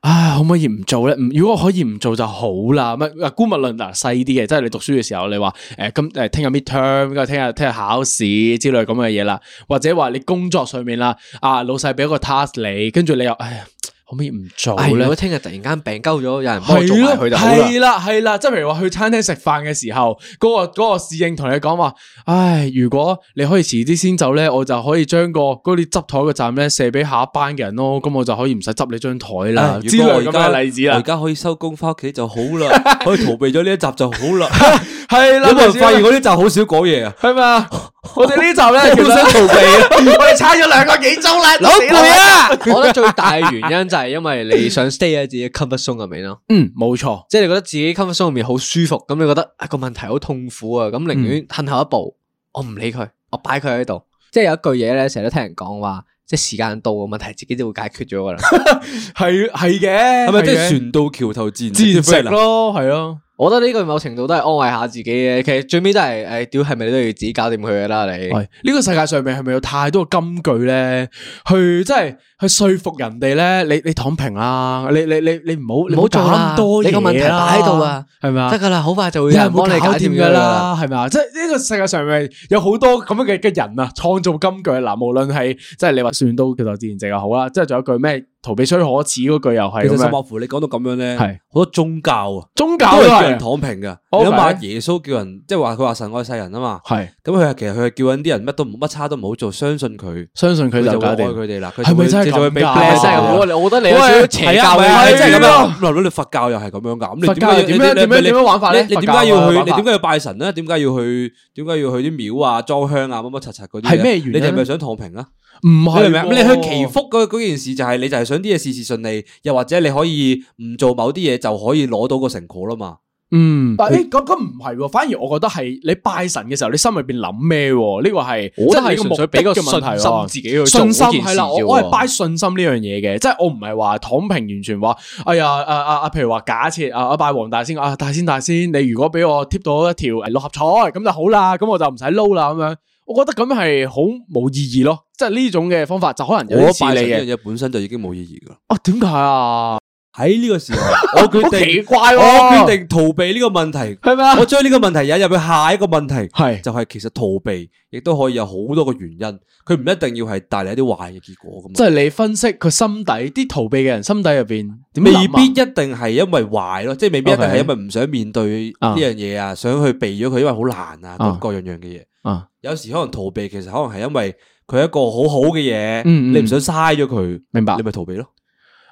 Speaker 2: 啊，可唔可以唔做咧？唔如果可以唔做就好啦。乜嗱，姑勿論嗱細啲嘅，即係你讀書嘅時候，你話誒今誒聽日 midterm，跟住聽日聽日考試之類咁嘅嘢啦，或者話你工作上面啦，啊老細俾一個 task 你，跟住你又唉呀，可唔可以唔做
Speaker 4: 唉如
Speaker 2: 咧
Speaker 4: 果？聽日突然間病鳩咗，有人幫我做
Speaker 2: 係
Speaker 4: 埋
Speaker 2: 啦，
Speaker 4: 佢就好啦。
Speaker 2: 係啦，係啦，即係譬如話去餐廳食飯嘅時候，嗰、個嗰、個侍應同你講話，唉，如果你可以遲啲先走咧，我就可以將個嗰啲執台嘅站咧射俾下一班嘅人咯，咁我就可以唔使執你張台啦，之
Speaker 3: 如果我
Speaker 2: 類
Speaker 3: 而
Speaker 2: 咁
Speaker 3: 家
Speaker 2: 嘅例子
Speaker 3: 我而
Speaker 2: 啦，
Speaker 3: 家可以收工翻屋企就好啦， 可以逃避咗呢一集就好啦。
Speaker 2: 係啦，
Speaker 3: 有冇人發現
Speaker 2: 我
Speaker 3: 我呢集好少講 嘢啊？
Speaker 2: 係咪啊？我哋呢集咧，
Speaker 3: 好想逃避
Speaker 2: 我哋差咗兩個幾鐘啦，老
Speaker 4: 攰啊！我覺得最大嘅原因就係因為你想 stay 喺自己 comfort zone 入面咯，
Speaker 2: 嗯，冇錯，
Speaker 4: 即係你覺得自己 comfort zone 入面好舒服，咁你覺得啊個問題好痛苦啊，咁寧
Speaker 2: 嗯
Speaker 4: 願褪後一步，我唔理佢，我擺佢喺度。即係有一句嘢咧，成日都聽人講話，即係時間到，個問題自己就會解決咗 噶啦。
Speaker 2: 係係嘅，
Speaker 3: 係咪即係
Speaker 2: 船
Speaker 3: 船到橋頭自然
Speaker 2: 戰
Speaker 3: 直
Speaker 2: 食？咯？係咯，
Speaker 4: 我覺得呢句某程度都係安慰下自己嘅，其實最尾都係誒，屌係咪你都要自己搞掂佢噶啦你？
Speaker 2: 係哎呢個世界上面係咪有太多嘅金句咧？去即係去說服人哋咧？你你躺平啦，你你你你唔好
Speaker 4: 唔好做啦
Speaker 2: 咁多嘢啊
Speaker 4: 你個問題擺喺度啊，
Speaker 2: 係咪啊
Speaker 4: 得？噶啦，好快就會
Speaker 2: 你
Speaker 4: 有
Speaker 2: 係
Speaker 4: 人
Speaker 2: 冇
Speaker 4: 幫你
Speaker 2: 搞
Speaker 4: 搞
Speaker 2: 掂
Speaker 4: 掂
Speaker 2: 噶
Speaker 4: 噶啦。
Speaker 2: 啦，係咪啊？即係呢個世界上面有好多咁樣嘅嘅人啊，創造金句嗱，無論係即係你話算到叫做自然值又好啦，即係仲有一句咩逃避雖可恥嗰句又係
Speaker 3: 其實
Speaker 2: 咁
Speaker 3: 甚
Speaker 2: 樣
Speaker 3: 或乎你講到咁樣咧，
Speaker 2: 係
Speaker 3: 好多宗教啊，
Speaker 2: 宗
Speaker 3: 都
Speaker 2: 教
Speaker 3: 係
Speaker 2: 都
Speaker 3: 叫人
Speaker 2: 係
Speaker 3: 躺平噶。你
Speaker 2: OK
Speaker 3: 諗下，耶穌叫人即係話佢話神愛世人啊嘛，
Speaker 2: 係
Speaker 3: 咁佢係其實佢係叫緊啲人乜都唔乜差都唔好做，相信佢，
Speaker 2: 相信佢
Speaker 3: 佢
Speaker 2: 就
Speaker 3: 就會
Speaker 2: 搞
Speaker 3: 愛
Speaker 2: 掂。
Speaker 3: 佢哋啦。佢
Speaker 2: 係咪
Speaker 3: 就會
Speaker 2: 真係
Speaker 3: 佢就會
Speaker 2: 咁
Speaker 3: 俾
Speaker 2: 㗎
Speaker 3: blessing
Speaker 2: 你真
Speaker 3: 啊
Speaker 2: 係咁
Speaker 4: 我我覺得你有少少邪
Speaker 3: 係啊
Speaker 4: 教
Speaker 3: 唔係
Speaker 4: 嘅
Speaker 3: 啊
Speaker 2: 係
Speaker 3: 你真係咁
Speaker 2: 咯
Speaker 3: 樣。咁留到你佛教又係咁樣噶，咁你
Speaker 2: 佛
Speaker 3: 點
Speaker 2: 教
Speaker 3: 解
Speaker 2: 又
Speaker 3: 要
Speaker 2: 點樣
Speaker 3: 你你
Speaker 2: 點樣
Speaker 3: 你
Speaker 2: 點樣玩法咧
Speaker 3: 你你
Speaker 2: 佛
Speaker 3: 點
Speaker 2: 教
Speaker 3: 解要
Speaker 2: 嘅
Speaker 3: 去？
Speaker 2: 玩
Speaker 3: 你
Speaker 2: 法
Speaker 3: 點解要拜神咧？點解要去？點解要去啲廟啊、裝香啊、乜乜柒柒嗰啲咧？
Speaker 2: 係咩原因咧
Speaker 3: 你哋係咪想躺平啊？
Speaker 2: 唔
Speaker 3: 你明
Speaker 2: 係
Speaker 3: 唔明？
Speaker 2: 喎
Speaker 3: 你去祈福嗰嗰件事就係你就係想啲嘢事事順利，又或者你可以唔做某啲嘢就可以攞到個成果啦嘛。
Speaker 2: 嗯，但誒咁咁唔係喎，反而我覺得係你拜神嘅時候，你心裏邊諗咩喎？呢個係
Speaker 4: 我覺得
Speaker 2: 即係你
Speaker 4: 係純
Speaker 2: 個
Speaker 4: 粹
Speaker 2: 目
Speaker 4: 俾
Speaker 2: 的
Speaker 4: 個
Speaker 2: 嘅問題
Speaker 4: 信心
Speaker 2: 喎
Speaker 4: 自己去做
Speaker 2: 信心
Speaker 4: 嗰件事
Speaker 2: 係啦，我
Speaker 4: 啫
Speaker 2: 我係
Speaker 4: 喎
Speaker 2: buy 信心呢樣嘢嘅，即係我唔係話躺平，完全話，哎呀，啊啊啊，譬如話假設啊，我拜黃大仙啊，大仙大仙，你如果俾我貼到一條誒六合彩咁就好啦，咁我就唔使撈啦咁樣。我覺得咁係好冇意義咯，即係呢種嘅方法就可能有
Speaker 3: 我
Speaker 2: 啲
Speaker 3: 拜
Speaker 2: 似
Speaker 3: 神
Speaker 2: 你
Speaker 3: 呢
Speaker 2: 嘅。
Speaker 3: 樣嘢本身就已經冇意義噶啦。
Speaker 2: 啊，點解啊？
Speaker 3: 喺呢個 時候，我決
Speaker 2: 好奇
Speaker 3: 定，
Speaker 2: 怪
Speaker 3: 我
Speaker 2: 喎，
Speaker 3: 決定逃避呢個問 題。
Speaker 2: 係咪啊
Speaker 3: 我？將呢個問題引入去下一個問題，
Speaker 2: 係
Speaker 3: 就係其實逃避亦都可以有好多個原因，佢唔一定要係帶嚟一啲壞嘅結果噶嘛。
Speaker 2: 即係你分析佢心底啲逃避嘅人心底入邊點
Speaker 3: 未
Speaker 2: 諗啊
Speaker 3: 必一定係因為壞咯，即係未必一定
Speaker 2: OK
Speaker 3: 係因為唔想面對呢樣嘢啊，想去避咗佢，因為好難啊，
Speaker 2: 啊
Speaker 3: 各各樣樣嘅嘢。
Speaker 2: 啊，
Speaker 3: 有時可能逃避，其實可能係因為佢係一個好好嘅嘢，
Speaker 2: 嗯嗯
Speaker 3: 你唔想嘥咗佢，
Speaker 2: 明白
Speaker 3: 你咪逃避咯。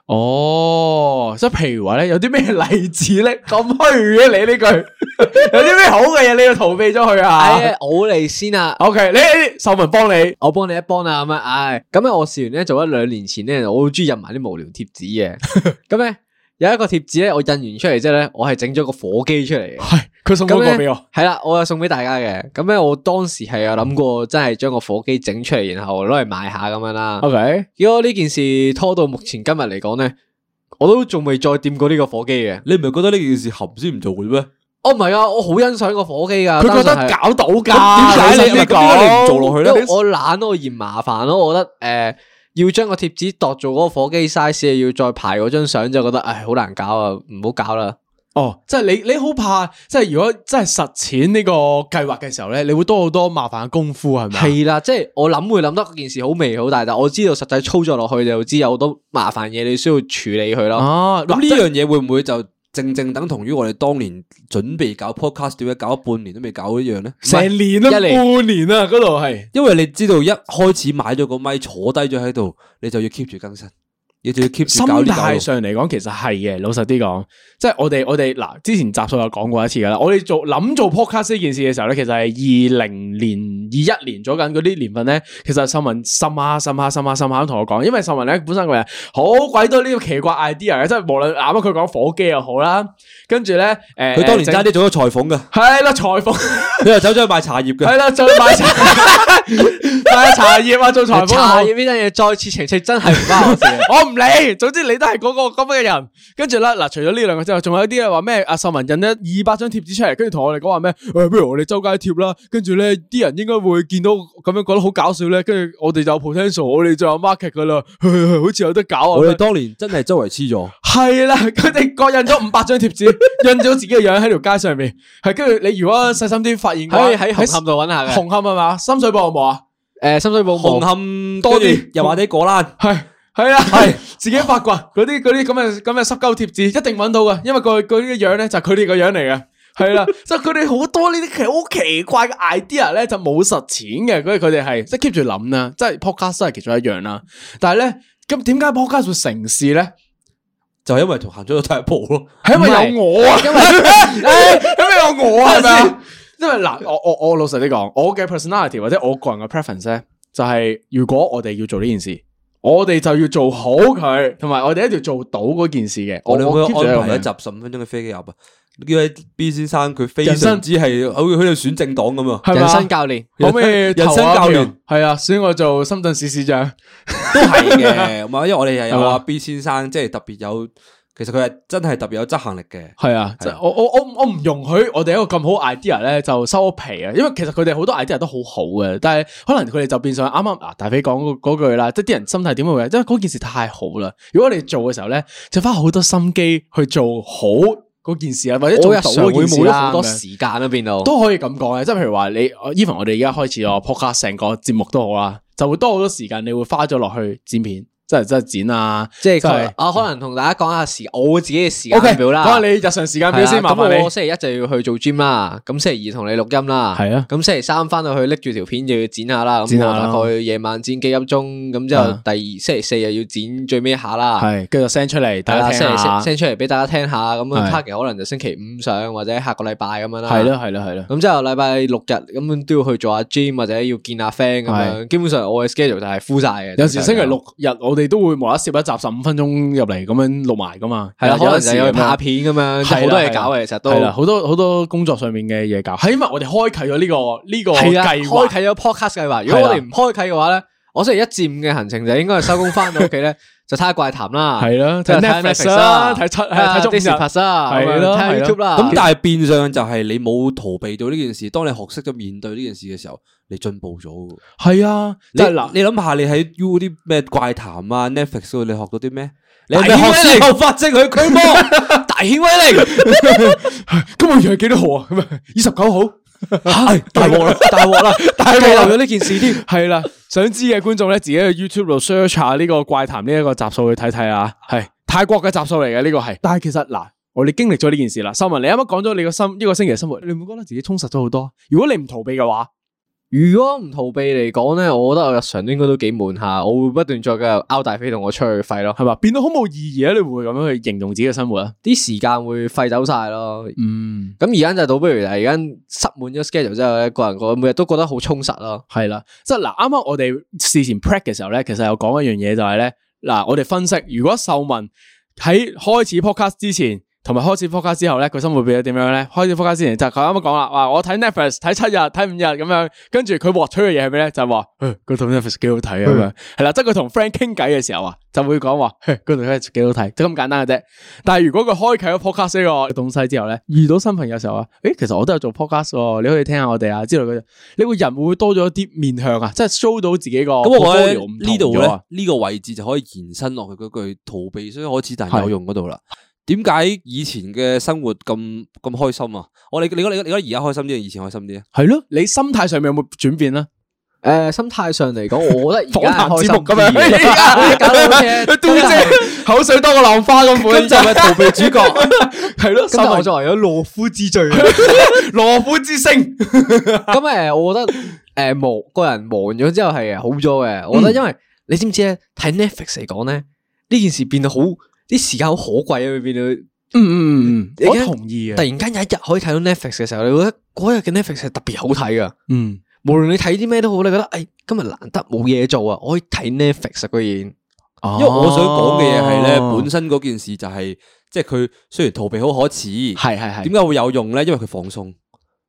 Speaker 2: 哦，即係譬如話咧，有啲咩例子 咧咁虛嘅你呢句， 有啲咩好嘅嘢你要逃避咗佢
Speaker 4: 唉
Speaker 2: 啊，
Speaker 4: 我嚟先啊！
Speaker 2: ？O K，你秀文幫你，
Speaker 4: 哎我幫你一幫啦咁啊，唉，咁咧我試完咧做咗兩年前咧，我好中意印埋啲無聊貼紙 嘅，咁咧有一個貼紙咧，我印完出嚟之後咧，我係整咗個火機出嚟嘅，
Speaker 2: 係佢送嗰
Speaker 4: 咁
Speaker 2: 個
Speaker 4: 咧
Speaker 2: 俾我，
Speaker 4: 係啦，我又送俾大家嘅，咁咧我當時係有諗過真係將個火機整出嚟，然後攞嚟賣下咁樣啦。
Speaker 2: K，
Speaker 4: 如果呢件事拖到目前今日嚟講咧，我都仲未再掂過呢個火機嘅。
Speaker 3: 你唔係覺得呢件事含先唔做嘅咩？
Speaker 4: 我唔係啊，我好欣賞個火機噶，
Speaker 2: 佢覺得
Speaker 4: 單純係
Speaker 2: 搞到㗎，
Speaker 3: 咁點解你
Speaker 2: 咪
Speaker 3: 咁點解你唔做落去咧
Speaker 4: 因為我懶咯，我嫌麻煩咯，我覺得诶、呃要將個貼紙度做嗰個火機 size，要再排嗰張相就覺得唉好難搞啊，唔好搞啦。
Speaker 2: 哦，即係你你好怕，即係如果真係實踐呢個計劃嘅時候咧，你會多好多麻煩嘅功夫係咪啊？
Speaker 4: 係啦，即係我諗會諗得件事好微好大，但我知道實際操作落去就知有好多麻煩嘢你需要處理佢咯。
Speaker 2: 哦，
Speaker 3: 咁
Speaker 2: 嗱
Speaker 3: 呢樣嘢會唔會就正正等同於我哋當年準備搞 podcast 點解搞咗半年都未搞一樣咧？
Speaker 2: 成年啦，
Speaker 4: 一嚟
Speaker 2: 半年啦，嗰度係。
Speaker 3: 因為你知道一開始買咗個咪坐低咗喺度，你就要 keep 住更新，要你就要 keep
Speaker 2: 心
Speaker 3: 住搞呢搞
Speaker 2: 態
Speaker 3: 路。
Speaker 2: 上嚟講，其實係嘅。老實啲講，即係我哋我哋嗱，之前集數有講過一次噶啦。我哋做諗做 podcast 呢件事嘅時候咧，其實係二零年、二一年咗緊嗰啲年份咧，其實秀文深下、深下、深下、深下咁同我講，因為秀文咧本身個人好鬼多呢個奇怪 idea 嘅，即係無論啊啱啱佢講火機又好啦，跟住咧誒，
Speaker 3: 佢當年差啲
Speaker 2: 整
Speaker 3: 做咗裁縫 噶，
Speaker 2: 係啦，裁縫。
Speaker 3: 佢又走咗去賣茶葉
Speaker 2: 系啊
Speaker 3: 嘅。
Speaker 2: 啦，再 買茶，買茶葉啊，做裁縫
Speaker 4: 茶
Speaker 2: 啊
Speaker 4: 葉呢單嘢再次澄清，真係唔關我事啊 嘅。
Speaker 2: 我唔理，總之你都係嗰個咁嘅人。跟住啦，嗱，除咗呢兩個之後，仲有一啲係話咩？阿秀文印咗二百張貼紙出嚟，跟住同我哋講話咩？誒，不如我哋周街貼啦。跟住咧，啲人應該會見到咁樣覺得好搞笑咧。跟住我哋就有 potential，我哋就有 market 噶啦，好似有得搞
Speaker 3: 我哋
Speaker 2: 啊。
Speaker 3: 當年真係周圍黐咗。
Speaker 2: 係啦，佢哋各印咗五百張貼紙，印咗自己嘅樣喺條街上面。係跟住你如果細心啲發現嘅話，
Speaker 4: 可以喺紅磡度啊揾下嘅。
Speaker 2: 紅磡係嘛？深水埗有冇啊？
Speaker 4: 誒，深水埗
Speaker 3: 紅
Speaker 4: 冇
Speaker 3: 磡
Speaker 2: 多啲
Speaker 3: 跟住油麻地果欄，
Speaker 2: 系系啊，系自己發掘嗰啲嗰啲咁嘅咁嘅濕鳩貼紙，一定揾到嘅，因為佢佢啲樣咧就係佢哋個樣嚟嘅。係啦，即係佢哋好多呢啲奇好奇怪嘅 idea 咧，就冇實踐嘅，所以佢哋係即係 keep 住諗啦，即係 podcast 都係其中一樣啦。但係咧，咁點解 podcast 會成事咧？
Speaker 3: 就係因為同行咗第一步咯。
Speaker 2: 係因
Speaker 4: 唔係
Speaker 2: 為有我啊，因 為因為有我啊，係咪啊？因為嗱，我我我老實啲講，我嘅 personality 或者我個人嘅 preference 咧，就係、如果我哋要做呢件事，我哋就要做好佢，同埋我哋一定要做到嗰件事嘅。
Speaker 3: 我哋會
Speaker 2: keep 住
Speaker 3: 安排一
Speaker 2: 呢個
Speaker 3: 集十五分鐘嘅飛機入啊！呢位 B 先生佢非
Speaker 2: 人生
Speaker 3: 常之係好似喺度選政黨咁啊！
Speaker 2: 係咪
Speaker 4: 人
Speaker 2: 啊
Speaker 4: 生教練，
Speaker 2: 可唔可以
Speaker 3: 人
Speaker 2: 投
Speaker 3: 生
Speaker 2: 下
Speaker 3: 教
Speaker 2: 票
Speaker 3: 練
Speaker 2: 係啊，選我做深圳市市長。
Speaker 3: 都係嘅， 唔係因為我哋係有
Speaker 2: 係嘛
Speaker 3: 阿 B 先生，即係特別有，其實佢係真係特別有執行力嘅。
Speaker 2: 係啊，即係我我我唔我唔容許我哋一個咁好 idea 咧就收皮啊，因為其實佢哋好多 idea 都好好嘅，但係可能佢哋就變相啱啱嗱大飛講嗰嗰句啦，即係啲人心態點會嘅，因為嗰件事太好啦。如果我哋做嘅時候咧，就花好多心機去做好嗰件事啊，或者做
Speaker 4: 我
Speaker 2: 到
Speaker 4: 日常
Speaker 2: 嗰
Speaker 4: 會
Speaker 2: 件事
Speaker 4: 冇咗
Speaker 2: 啦，
Speaker 4: 好多
Speaker 2: 咁樣
Speaker 4: 時間啦，變到。
Speaker 2: 都可以咁講嘅，即係譬如話你我，even 我哋而家開始我 podcast 成個節目都好啦，就會多好多時間你會花咗落去剪片，即係即係剪啊，
Speaker 4: 即係
Speaker 2: 真係
Speaker 4: 佢，我可能同大家講下時我自己嘅時
Speaker 2: O K，
Speaker 4: 間表啦。
Speaker 2: 講下你日常時啊間表
Speaker 4: 係啦
Speaker 2: 先，麻煩
Speaker 4: 咁
Speaker 2: 你
Speaker 4: 我。星期一就要去做 gym 啦，咁星期二同你錄音啦，
Speaker 2: 係啊
Speaker 4: 咁星期三翻到去拎住條片就要剪下啦，咁
Speaker 2: 剪下
Speaker 4: 我
Speaker 2: 啦
Speaker 4: 大概夜晚剪幾粒鐘，咁之後
Speaker 2: 啊
Speaker 4: 第二星期四又要剪最尾一下啦，
Speaker 2: 系，跟住就 send 出嚟，
Speaker 4: 啊係
Speaker 2: 大家
Speaker 4: 啦，
Speaker 2: 聽
Speaker 4: 星期
Speaker 2: 下。
Speaker 4: send 出嚟俾大家聽下，咁
Speaker 2: 係
Speaker 4: 啊 target 可能就星期五上或者下個禮拜咁樣啦，
Speaker 2: 係咯，係咯，係咯。
Speaker 4: 咁之後禮拜六日咁樣都要去做下 gym 或者要見下 friend 咁樣，基本上我嘅 schedule 就係 full 晒嘅。
Speaker 2: 有時星期六日我哋都會無啦啦攝一集十五分鐘入嚟咁樣錄埋噶嘛。
Speaker 4: 係啦，可能就
Speaker 2: 有
Speaker 4: 要
Speaker 2: 陣時咁樣
Speaker 4: 拍片咁樣，即係啊
Speaker 2: 係啦
Speaker 4: 好多嘢
Speaker 2: 係啦
Speaker 4: 搞嘅，其實都
Speaker 2: 係啦，好多好多工作上面嘅嘢搞，係因為我哋開啟咗呢個呢個
Speaker 4: 系啊，
Speaker 2: 計
Speaker 4: 開。
Speaker 2: 劃
Speaker 4: 啟咗 podcast 計劃。如果我哋唔開啟嘅話咧，我星期一至五嘅行程就應該係收工翻到屋企咧， 就睇下怪談啦，
Speaker 2: 係啦
Speaker 4: 就
Speaker 2: 睇 Netflix
Speaker 4: 啊
Speaker 2: 啦睇出睇足五日
Speaker 4: 睇 d i 啦，
Speaker 2: 係
Speaker 4: 咁樣
Speaker 2: 咯
Speaker 4: 睇下
Speaker 2: 係咯
Speaker 4: YouTube 啦。
Speaker 3: 咁但係變相就係你冇逃避到呢件事，當你學識咗面對呢件事嘅時候，你進步咗。
Speaker 2: 係啊，
Speaker 3: 你
Speaker 2: 即係嗱，
Speaker 3: 你諗下，你喺 U 嗰啲咩怪談啊、Netflix 嗰度，你學到啲咩？你
Speaker 4: 大
Speaker 3: 係咪
Speaker 4: 顯威
Speaker 3: 學
Speaker 4: 力
Speaker 3: 事後法證去驅 魔？大顯威力！
Speaker 2: 今個月係幾多號啊？咁啊，二十九號。
Speaker 3: 係大鑊啦！大鑊啦！
Speaker 2: 大鑊啦
Speaker 3: 記留咗呢件事添。
Speaker 2: 係啦，想知嘅觀眾咧，自己去 YouTube 度 search 下呢個怪談呢一個集數去睇睇啊。係泰國嘅集數嚟嘅呢個係，但係其實嗱，我哋經歷咗呢件事啦。秀文，你啱啱講咗你個心一個星期嘅生活，你會唔會覺得自己充實咗好多？如果你唔逃避嘅話，
Speaker 4: 如果唔逃避嚟講咧，我覺得我日常應該都幾悶下，我會不斷再繼續拗大飛同我出去廢咯，
Speaker 2: 係嘛？變到好冇意義啊！你會唔會咁樣去形容自己嘅生活啊？
Speaker 4: 啲時間會廢走晒咯。
Speaker 2: 嗯，
Speaker 4: 咁而家就倒不如而家塞滿咗 schedule 之後咧，個人個每日都覺得好充實咯。
Speaker 2: 係啦，即係嗱，啱啱我哋事前 prep 嘅時候咧，其實有講一樣嘢就係咧，嗱，我哋分析如果秀文喺開始 podcast 之前。同埋開始 podcast 之後咧，佢生活變咗點樣咧？開始 podcast 之前就佢啱啱講啦，話我睇 Netflix 睇七日睇五日咁樣，跟住佢獲取嘅嘢係咩咧？就係話嘿嗰套 Netflix 幾好睇啊咁樣，係啦，即係佢同 friend 傾偈嘅時候啊，就會講話嘿嗰套 Netflix 幾好睇，就啊咁簡單嘅啫。但係如果佢開啟咗 podcast 呢個東西之後咧，遇到新朋友嘅時候啊，誒其實我都有做 podcast 喎，你可以聽下我哋啊之類嗰啲，你個人會唔會多咗一啲面向啊，即係 show 到自己個
Speaker 3: 咁我覺
Speaker 2: portfolio
Speaker 3: 得
Speaker 2: 唔
Speaker 3: 呢
Speaker 2: 同
Speaker 3: 度
Speaker 2: 咗啊
Speaker 3: 咧，呢個位置就可以延伸落去嗰句逃避雖可恥但有用嗰度啦。點解以前嘅生活咁咁開心啊？我你你覺得你覺得你覺得而家開心啲定以前開心啲啊？
Speaker 2: 係咯，你心態上面有冇轉變咧？啊
Speaker 4: 诶、心態上嚟講，我覺得而
Speaker 2: 訪
Speaker 4: 家
Speaker 2: 談
Speaker 4: 係開
Speaker 2: 節
Speaker 4: 心
Speaker 2: 目咁
Speaker 4: 啲嘅
Speaker 2: 樣，
Speaker 4: 搞到 好似
Speaker 2: 嘟姐口水多過浪花咁款，
Speaker 3: 咁就係逃避主角，
Speaker 2: 係咯，
Speaker 4: 咁但係我
Speaker 2: 秀
Speaker 4: 作為咗懦夫之 最，
Speaker 2: 文羅夫之星，
Speaker 4: 咁诶，誒我覺得诶忙
Speaker 2: 嗯
Speaker 4: 個人忙咗之後係好咗嘅。我覺得因為你知唔知咧，睇 Netflix 嚟講咧，呢件事變到好，啲時間好可貴啊！變到
Speaker 2: 嗯嗯嗯嗯，
Speaker 4: 你
Speaker 2: 我
Speaker 4: 而家
Speaker 2: 同
Speaker 3: 啊
Speaker 2: 意
Speaker 4: 突
Speaker 2: 嘅，
Speaker 4: 然間有一日可以睇到 Netflix 嘅時候，你覺得嗰日嘅 Netflix 係特別好睇噶。
Speaker 2: 嗯，
Speaker 4: 無論你睇啲咩都好，你覺得誒、哎今日難得冇嘢做啊，我可以睇 Netflix 啊居
Speaker 3: 因
Speaker 4: 然。
Speaker 3: 為我想講嘅嘢係咧，
Speaker 2: 哦
Speaker 3: 本身嗰件事就係、即係佢雖然逃避好可恥，
Speaker 2: 係係係
Speaker 3: 點解會有用咧？因為佢放鬆，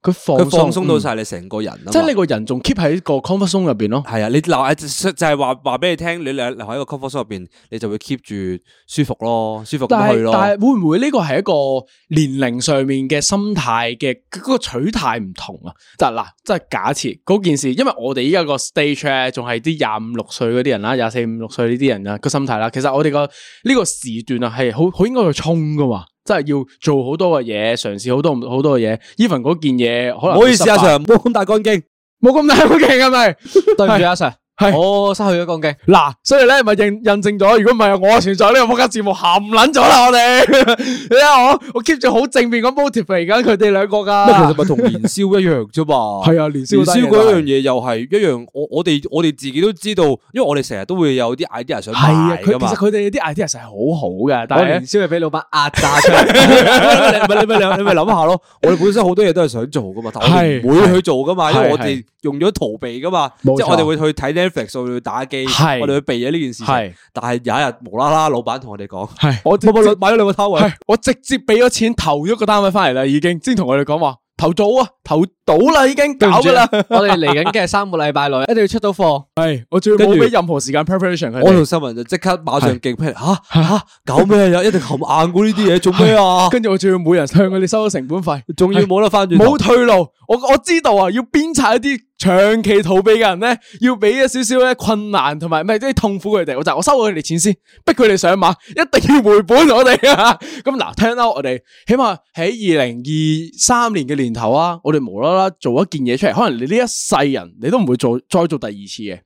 Speaker 2: 佢放
Speaker 3: 佢放鬆
Speaker 2: 鬆
Speaker 3: 到
Speaker 2: 嗯
Speaker 3: 晒你成個人啊嘛，
Speaker 2: 即係你個人仲 keep 喺個 comfort zone 入邊咯。
Speaker 3: 系啊，你留就就係話話俾你聽，你留留喺個 comfort zone 入边，你就會 keep 住舒服咯，舒服
Speaker 2: 但
Speaker 3: 咁去
Speaker 2: 係
Speaker 3: 咯。
Speaker 2: 但係會唔會呢個係一個年齡上面嘅心態嘅嗰個取態唔同啊？就嗱，即係假設嗰件事，因為我哋依家個 stage 咧，仲係啲廿五六歲嗰啲人啦，廿四五六歲呢啲人啊個心態啦。其實我哋個呢個時段啊，係好好應該去衝噶嘛，即係要做好多嘅嘢，嘗試好多好多嘅嘢。even 嗰件嘢可
Speaker 3: 唔
Speaker 2: 能
Speaker 3: 好意思
Speaker 2: 會
Speaker 3: 阿
Speaker 2: 失敗
Speaker 3: Sir，唔好咁大干經。
Speaker 2: 冇咁大好勁係咪？
Speaker 4: 對唔住阿 Sir，
Speaker 2: 係
Speaker 4: 我失去咗講經。
Speaker 2: 嗱，所以咧咪印印證咗，如果唔係我存在呢個podcast 節目含撚咗啦，我哋 你睇我我 keep 住好正面咁 motivate 緊佢哋兩個噶，
Speaker 3: 咪同年宵一樣啫嘛
Speaker 2: 啊 係啊，年宵
Speaker 3: 年宵嗰樣
Speaker 2: 嘢
Speaker 3: 嘢又係一樣，我我哋我哋自己都知道，因為我哋成日都會有啲 idea 想
Speaker 2: 係啊，
Speaker 3: 賣
Speaker 2: 佢
Speaker 3: 噶
Speaker 2: 其實
Speaker 3: 嘛。
Speaker 2: 佢哋啲 idea 係好好嘅，但
Speaker 4: 我
Speaker 2: 係
Speaker 4: 年
Speaker 2: 呢
Speaker 4: 宵係俾老闆壓 榨出嚟。
Speaker 3: 你咪你咪你咪你咪諗下咯，我哋本身好多嘢都係想做噶嘛，但我哋唔會去做噶嘛，因為我哋用咗逃避噶嘛，即
Speaker 2: 冇錯
Speaker 3: 係我哋會去睇 Netflix，我哋會打機，
Speaker 2: 係
Speaker 3: 我哋會避咗呢件事情。
Speaker 2: 係
Speaker 3: 但係有一日無啦啦，老闆同我哋講。
Speaker 2: 係我
Speaker 3: 我咪買咗兩個攤位
Speaker 2: 係，我直接俾咗錢投咗個單位翻嚟啦，已經先同我哋講話投到啊，投到啦已經搞噶啦，
Speaker 4: 我哋嚟緊嘅三個禮拜內一定要出到貨。
Speaker 2: 係我仲要
Speaker 3: 跟
Speaker 2: 冇
Speaker 3: 住
Speaker 2: 俾任何時間 preparation 佢
Speaker 3: 我
Speaker 2: 哋。
Speaker 3: 同新文就即刻馬上勁 plan 吓吓搞咩啊？一定含硬過呢啲嘢做咩啊？
Speaker 2: 跟住我仲要每人向佢哋收咗成本費，
Speaker 3: 仲要冇得翻轉頭
Speaker 2: 冇退路。我我知道啊，要鞭策一啲長期逃避嘅人咧，要俾一少少咧困難同埋唔係即係痛苦佢哋。我就我收咗佢哋錢先，逼佢哋上馬，一定要回本我哋啊！ 咁嗱，聽啦，我哋起碼喺二零二三年嘅年頭啊，我哋無啦啦做一件嘢出嚟，可能你呢一世人你都唔會做再做第二次嘅。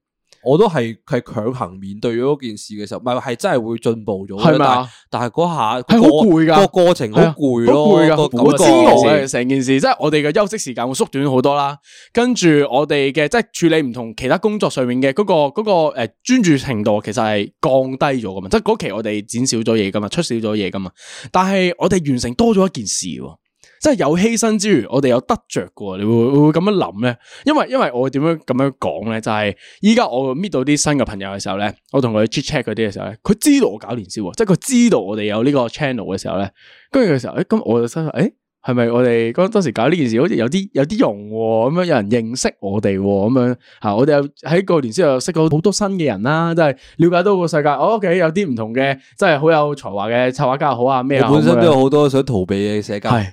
Speaker 3: 我都係係強行面對咗嗰件事嘅時候，唔係係真係會進步咗嘅，
Speaker 2: 係咪
Speaker 3: 但係
Speaker 2: 啊
Speaker 3: 但係嗰下
Speaker 2: 係好攰㗎啊
Speaker 3: 個過程好攰咯，
Speaker 2: 好攰噶，
Speaker 3: 個感
Speaker 2: 好
Speaker 3: 覺
Speaker 2: 煎熬嘅成件事，即係我哋嘅休息時間會縮短好多啦。跟住我哋嘅即係處理唔同其他工作上面嘅嗰、個嗰、個誒專、注程度，其實係降低咗噶嘛。即係嗰期我哋剪少咗嘢噶嘛，出少咗嘢噶嘛。但係我哋完成多咗一件事喎。即係有犧牲之餘，我哋有得着嘅喎，你會會唔會咁樣諗咧？因為因為我點樣咁樣講咧，就係依家我 meet 到啲新嘅朋友嘅時候咧，我同佢 chit chat 嗰啲嘅時候咧，佢知道我搞年宵喎，即係佢知道我哋有呢個 channel 嘅時候咧，跟住嘅時候，誒、咁我就心諗，誒、係咪我哋嗰當時搞呢件事好似有啲有啲用喎、咁樣有人認識我哋喎、咁樣嚇，我哋又喺個年宵又識到好多新嘅人啦，即係了解到個世界。哦，OK，有啲唔同嘅，即係好有才華嘅策劃家又好啊，咩啊
Speaker 3: 我哎本身都
Speaker 2: 咁樣
Speaker 3: 有好多想逃避嘅社交，
Speaker 2: 係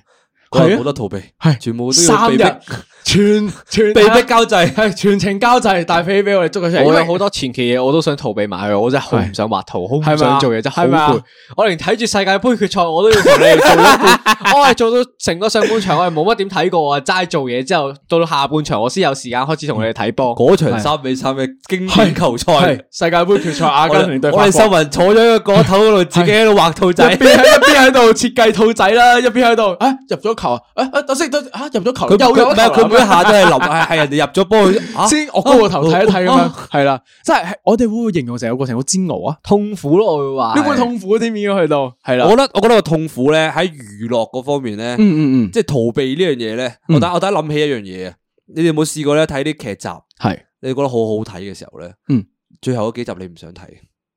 Speaker 3: 嗰日
Speaker 2: 係啊
Speaker 3: 冇得逃避，
Speaker 2: 係
Speaker 3: 全部都要
Speaker 2: 三
Speaker 3: 被
Speaker 2: 日
Speaker 3: 逼
Speaker 2: 全全
Speaker 3: 被逼交際。
Speaker 2: 係全程交際大飛俾我哋捉佢出嚟，
Speaker 4: 我有
Speaker 2: 因為
Speaker 4: 好多前期嘢我都想逃避埋佢，我真係好唔想畫圖，好唔
Speaker 2: 係咪啊
Speaker 4: 想做嘢，真係
Speaker 2: 係咪啊
Speaker 4: 好攰。我連睇住世界盃決賽我都要同你哋做一半，我係做到成個上半場我係冇乜點睇過，我係齋做嘢之後，到到下半場我先有時間開始同你哋睇波。
Speaker 3: 嗰場三比三嘅經典球
Speaker 2: 係
Speaker 3: 賽，
Speaker 2: 世界盃決賽阿
Speaker 3: 我
Speaker 2: 根廷對
Speaker 3: 哋
Speaker 2: 法
Speaker 3: 我
Speaker 2: 國，
Speaker 3: 哋新聞坐咗喺個角頭嗰度，自己喺度畫兔
Speaker 2: 一
Speaker 3: 仔
Speaker 2: 邊。喺一邊喺度設計兔仔啦，一邊喺度啊入咗球啊，啊啊等先等啊入咗球，
Speaker 3: 佢
Speaker 2: 又
Speaker 3: 佢
Speaker 2: 入
Speaker 3: 唔
Speaker 2: 咗
Speaker 3: 係佢
Speaker 2: 球啦
Speaker 3: 每一下都係臨係係人哋入咗波佢啊
Speaker 2: 先我高個頭睇一睇咁
Speaker 3: 啊
Speaker 2: 樣，係啦，即係我哋會唔會形容成個過程好煎熬啊？
Speaker 4: 痛苦咯，我會話。
Speaker 2: 你會痛苦添已經去到，係啦
Speaker 3: 我，覺得我覺得個痛苦咧喺娛樂嗰方面咧，
Speaker 2: 嗯嗯嗯，
Speaker 3: 即係逃避呢樣嘢咧。我突我突然諗起一樣嘢啊，你哋有冇試過咧睇啲劇集，
Speaker 2: 係
Speaker 3: 你覺得好好睇嘅時候咧，
Speaker 2: 嗯，
Speaker 3: 最後嗰幾集你唔想睇，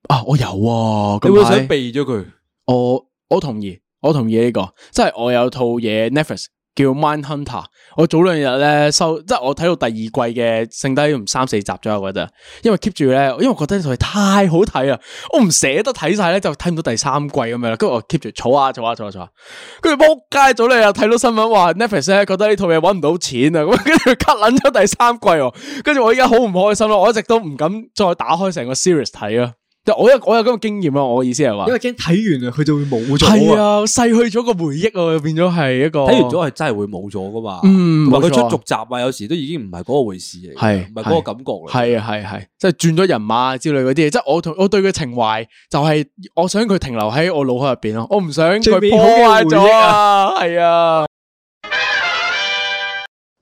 Speaker 2: 啊我有啊，
Speaker 3: 你
Speaker 2: 咁
Speaker 3: 會
Speaker 2: 排
Speaker 3: 想避咗佢。
Speaker 2: 我我同意，我同意呢、個，即係我有套嘢 Netflix 叫 Mind Hunter，我早兩日咧收，即係我睇到第二季嘅，剩低唔三四集左右嘅啫。因為 keep 住咧，因為我覺得呢套嘢太好睇啦，我唔捨得睇晒咧，就睇唔到第三季咁樣啦。跟住我 keep 住啊儲下儲下儲下儲下，跟住仆街早兩日睇到新聞話 Netflix 咧覺得呢套嘢搵唔到錢啊，咁跟住 cut 捻咗第三季喎，跟住我依家好唔開心咯，我一直都唔敢再打開成個 series 睇啊。即係我有我有咁嘅經驗啊，我嘅意思係話
Speaker 4: 因。為驚睇完啊，佢就會冇
Speaker 2: 係
Speaker 4: 咗啊。
Speaker 2: 啊，逝去咗個回憶啊，變咗係一個
Speaker 3: 睇完咗係真係會冇咗噶嘛，
Speaker 2: 嗯
Speaker 3: 同埋佢
Speaker 2: 冇錯啊
Speaker 3: 出續集啊，有時都已經唔係嗰個回事嚟嘅，
Speaker 2: 係
Speaker 3: 唔係嗰個感覺嚟。
Speaker 2: 係啊係係，即係轉咗人馬之類嗰啲嘢，即係我同我對佢情懷就係我想佢停留喺我腦海入邊咯，我唔想
Speaker 4: 最
Speaker 2: 佢
Speaker 4: 美
Speaker 2: 破啊
Speaker 4: 好嘅回
Speaker 2: 壞咗
Speaker 4: 憶
Speaker 2: 啊，係啊，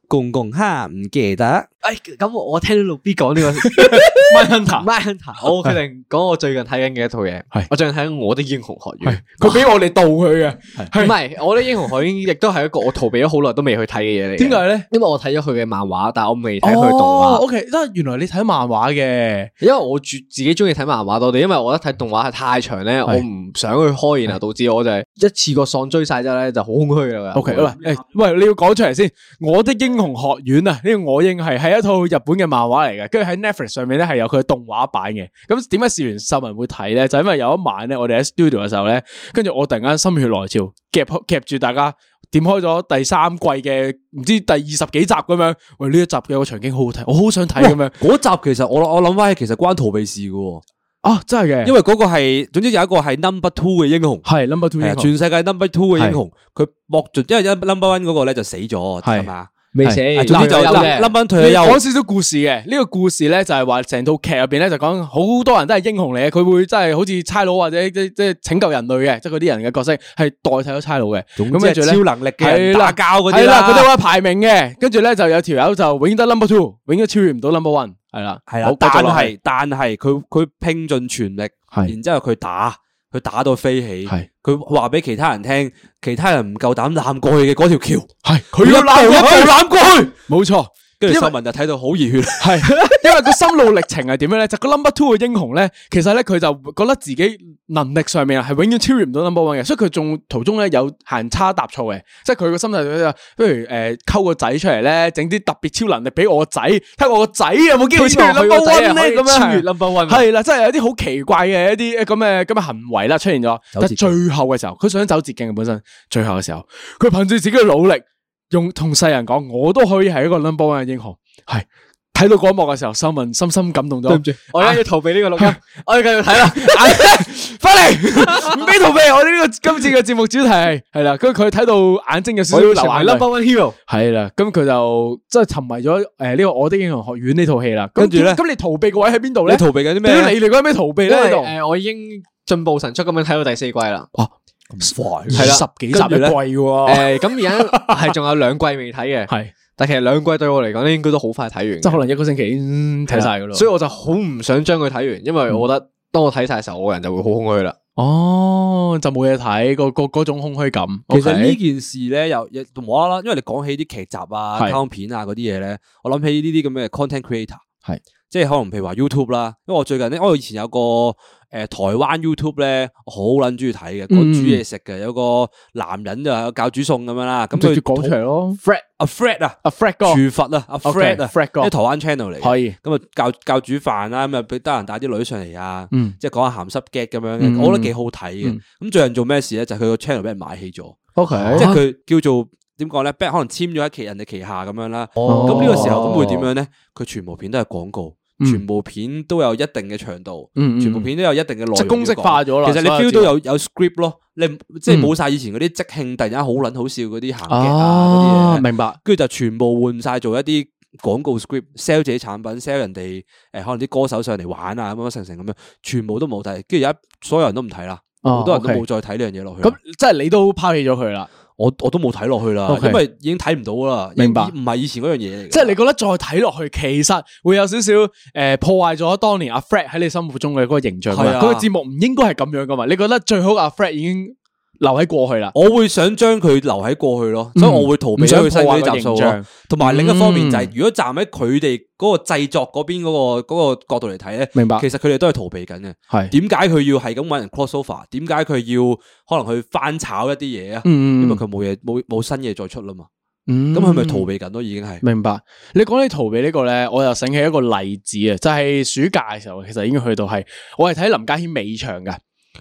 Speaker 3: 公公哈唔記得。
Speaker 4: 诶，哎咁我我听到老 B 讲呢个
Speaker 2: My Hunter，
Speaker 4: My Hunter，我決定講我最近睇緊嘅一套嘢。
Speaker 2: 係
Speaker 4: 我最近睇緊《我的英雄學院
Speaker 2: 佢俾我哋導佢嘅，》，
Speaker 4: 唔係我的英雄學院亦都係一個我逃避咗好耐都未去睇嘅嘢嚟。
Speaker 2: 點解？咧？
Speaker 4: 因為我睇咗佢嘅漫畫，但我未睇佢嘅動
Speaker 2: 哦
Speaker 4: 畫，
Speaker 2: ，OK，得原來你睇漫畫嘅，
Speaker 4: 因為我住自己中意睇漫畫多啲，因為我覺得睇動畫係太長咧，我唔想去開，然後導致我就係一次過喪追晒之後咧就好空虛㗎啦。
Speaker 2: OK，喂，誒喂，你要講出嚟先，《我的英雄學院》啊，呢個我應係係一套日本嘅漫畫嚟嘅，跟住喺 Netflix 上面咧係有佢嘅動畫版嘅。咁點解試完秀文會睇咧？就因為有一晚咧，我哋喺 studio 嘅時候咧，跟住我突然間心血來潮，夾開夾住大家。點開咗第三季嘅唔知第二十幾集咁樣，喂呢一集嘅個場景好好睇，我好想睇咁樣
Speaker 3: 嗰集其實我我諗翻起，其實關逃避事嘅喎，
Speaker 2: 啊！真係嘅，
Speaker 3: 因為嗰個係總之有一個係 number two 嘅英雄。
Speaker 2: 係 number two
Speaker 3: 係啊
Speaker 2: 英雄
Speaker 3: 全世界 number two 嘅英雄，佢搏盡，因為一 number one 嗰個咧就死咗，
Speaker 2: 係
Speaker 3: 係嘛？
Speaker 4: 未
Speaker 2: 係
Speaker 4: 寫，
Speaker 3: 總之就
Speaker 4: 有
Speaker 3: number
Speaker 4: 嘅
Speaker 3: number one 退咗
Speaker 2: 講
Speaker 3: 休，
Speaker 2: 少少故事嘅，呢、個故事咧就係話成套劇入边咧就講好多人都係英雄嚟嘅，佢會真係好似差佬或者即即拯救人類嘅，即係嗰啲人嘅角色係代替咗差佬嘅。
Speaker 3: 咁
Speaker 2: 咁
Speaker 3: 即
Speaker 2: 跟住
Speaker 3: 係
Speaker 2: 咧
Speaker 3: 超能力嘅人
Speaker 2: 係
Speaker 3: 打
Speaker 2: 啦
Speaker 3: 交嗰啲
Speaker 2: 係啦，
Speaker 3: 啦，
Speaker 2: 佢哋話排名嘅，跟住咧就有條友就永遠得 number two，永遠超越唔到 number one，係啦，
Speaker 3: 系啦
Speaker 2: 好，
Speaker 3: 但
Speaker 2: 繼續落去
Speaker 3: 係但係佢佢拼盡全力，
Speaker 2: 係
Speaker 3: 然之后佢打，佢打到飛起，
Speaker 2: 係
Speaker 3: 佢話俾其他人聽，其他人唔夠膽攬過去嘅嗰條橋，
Speaker 2: 係
Speaker 3: 佢
Speaker 2: 佢
Speaker 3: 一
Speaker 2: 要
Speaker 3: 步一步
Speaker 2: 攬
Speaker 3: 攬過去，
Speaker 2: 過去，冇錯。
Speaker 3: 跟住
Speaker 2: 因為
Speaker 3: 秀文就睇到好熱血，
Speaker 2: 系，因為個心路歷程係點樣咧？就個 number two 嘅英雄咧，其實咧佢就覺得自己能力上面啊係永遠超越唔到 number one 嘅，所以佢仲途中咧有行差踏錯嘅，即係佢個心態就不如诶溝個仔出嚟咧，整啲特別超能力俾我個仔，睇我個仔有冇機會超越
Speaker 4: 邊個佢
Speaker 2: number
Speaker 4: 個仔
Speaker 2: one
Speaker 4: 啊可以
Speaker 2: 咧？咁樣
Speaker 4: 超越 number one 啊。
Speaker 2: 系啦，真係有啲好奇怪嘅一啲咁嘅咁嘅行為啦出現咗。但係最後嘅時候，佢想走捷徑嘅本身，最後嘅時候，佢憑住自己嘅努力，用同世人講，我都可以係一個 number one 嘅英雄。係睇到嗰一幕嘅時候，秀文深深感動咗。
Speaker 4: 對唔住，我而家要逃避呢個錄音， 我要繼續睇啦。
Speaker 2: 翻嚟 唔俾逃避。我哋呢個今次嘅節目主題係係啦，跟住佢睇到眼睛有少
Speaker 4: 我
Speaker 2: 少流
Speaker 4: 要成
Speaker 2: 眼
Speaker 4: 為
Speaker 2: 淚
Speaker 4: number。one hero。
Speaker 2: 系啦，咁佢就即係沉迷咗诶呢個《我的英雄學院》呢套戲啦。咁
Speaker 3: 跟住呢
Speaker 2: 點咁你逃避個位喺邊度
Speaker 3: 你
Speaker 2: 咧？
Speaker 3: 逃避緊啲咩
Speaker 2: 對於
Speaker 3: 咧？
Speaker 2: 你嚟講有咩逃避
Speaker 4: 因
Speaker 2: 咧？喺
Speaker 4: 為
Speaker 2: 度
Speaker 4: 誒，我已經進步神速咁樣睇到第四季啦。
Speaker 3: 快
Speaker 4: 係啦
Speaker 2: 十幾集
Speaker 3: 跟
Speaker 2: 一
Speaker 3: 住
Speaker 2: 季
Speaker 3: 呢
Speaker 2: 喎，
Speaker 4: 诶，咁而家係仲有兩季未睇嘅，
Speaker 2: 係
Speaker 4: 但其實兩季對我嚟講咧，應該都好快睇完嘅。
Speaker 2: 即係可能一個星期已經睇晒噶咯。
Speaker 4: 所以我就好唔想將佢睇完，因為我覺得當我睇晒嘅時候，我個人就會好空虛啦。
Speaker 2: 哦，就冇嘢睇，個個嗰種空虛感。
Speaker 3: 其實呢
Speaker 2: OK
Speaker 3: 件事咧，又又無啦啦，因為你講起啲劇集啊、
Speaker 2: 係
Speaker 3: 卡通片啊嗰啲嘢咧，我諗起呢啲咁嘅 content creator，
Speaker 2: 係
Speaker 3: 即係可能譬如話 YouTube 啦，因為我最近咧，我以前有個誒、呃台灣 YouTube 咧，我好撚中意睇嘅，講
Speaker 2: 嗯
Speaker 3: 煮嘢食嘅，有個男人就係教煮餸咁樣啦，咁
Speaker 2: 咁直
Speaker 3: 佢
Speaker 2: 接講出嚟咯。
Speaker 3: Fred 阿 Fred 啊，
Speaker 2: 阿 Fred 哥
Speaker 3: 廚佛啊，阿 Fred 啊
Speaker 2: Fred 哥
Speaker 3: 因為台灣 channel 嚟嘅，
Speaker 2: 可以，
Speaker 3: 咁啊教教煮飯啦，咁啊俾得人帶啲女上嚟啊。
Speaker 2: 嗯，
Speaker 3: 即係講下鹹濕 get 咁樣嘅，
Speaker 2: 嗯
Speaker 3: 我覺得幾好睇嘅。咁
Speaker 2: 嗯、
Speaker 3: 最近做咩事咧？就係佢個 channel 俾人買起咗。
Speaker 2: OK，
Speaker 3: 即係佢叫做點講咧？可能簽咗一期人哋旗下咁樣啦。
Speaker 4: 哦
Speaker 2: 哦
Speaker 3: 咁呢個時候咁會點樣咧？佢全部片都係廣告，
Speaker 2: 嗯
Speaker 3: 全部片都有一定嘅長度，
Speaker 2: 嗯嗯
Speaker 3: 全部片都有一定嘅內容。
Speaker 2: 即係公式化。咗啦。
Speaker 3: 其實你
Speaker 2: 所有
Speaker 3: feel
Speaker 2: 節
Speaker 3: 到
Speaker 2: 目
Speaker 3: 有有 script 咯，你即係
Speaker 2: 嗯
Speaker 3: 冇晒以前嗰啲即興突然間好撚好笑嗰啲行劇啊
Speaker 2: 啊，
Speaker 3: 嗰啲嘢，
Speaker 2: 明白。
Speaker 3: 跟住就全部換晒做一啲。廣告 script sell 自己產品，sell 人哋誒、可能啲歌手上嚟玩啊咁樣成成咁樣，全部都冇睇，跟住而家所有人都唔睇啦，好、
Speaker 2: 好
Speaker 3: 多人都冇再睇呢樣嘢落去啦。
Speaker 2: 哦咁即係你都拋棄咗佢啦。
Speaker 3: 我我都冇睇落去啦
Speaker 2: OK
Speaker 3: 因為已經睇唔到啦，
Speaker 2: 明白
Speaker 3: 已唔係以前嗰樣嘢嚟嘅，
Speaker 2: 即係你覺得再睇落去，其實會有少少诶破壞咗當年阿 Fred 喺你心目中嘅嗰個形象㗎嘛。
Speaker 3: 係啊
Speaker 2: 嗰個節目唔應該係咁樣噶嘛？你覺得最好嘅阿 Fred 已經留喺過去啦。
Speaker 3: 我會想將佢留喺過去咯，所以我會逃避
Speaker 2: 嗯唔
Speaker 3: 咗
Speaker 2: 想
Speaker 3: 佢新嗰
Speaker 2: 破壞
Speaker 3: 啲
Speaker 2: 個
Speaker 3: 集數啊
Speaker 2: 形
Speaker 3: 咯
Speaker 2: 象。
Speaker 3: 同埋另一方面就係，
Speaker 2: 嗯
Speaker 3: 如果站喺佢哋嗰個製作嗰邊嗰個嗰個角度嚟睇咧，
Speaker 2: 明白
Speaker 3: 其實佢哋都係逃避緊嘅。
Speaker 2: 係
Speaker 3: 點解佢要係咁揾人 crossover？點解佢要可能去翻炒一啲嘢啊？
Speaker 2: 嗯
Speaker 3: 因為佢冇嘢冇冇新嘢再出啦嘛，
Speaker 2: 咁
Speaker 3: 咁佢咪逃避緊咯？已經係
Speaker 2: 明白。你講起逃避呢個咧，我又醒起一個例子啊，就係暑假嘅時候，其實已經去到係我係睇林家謙尾場嘅。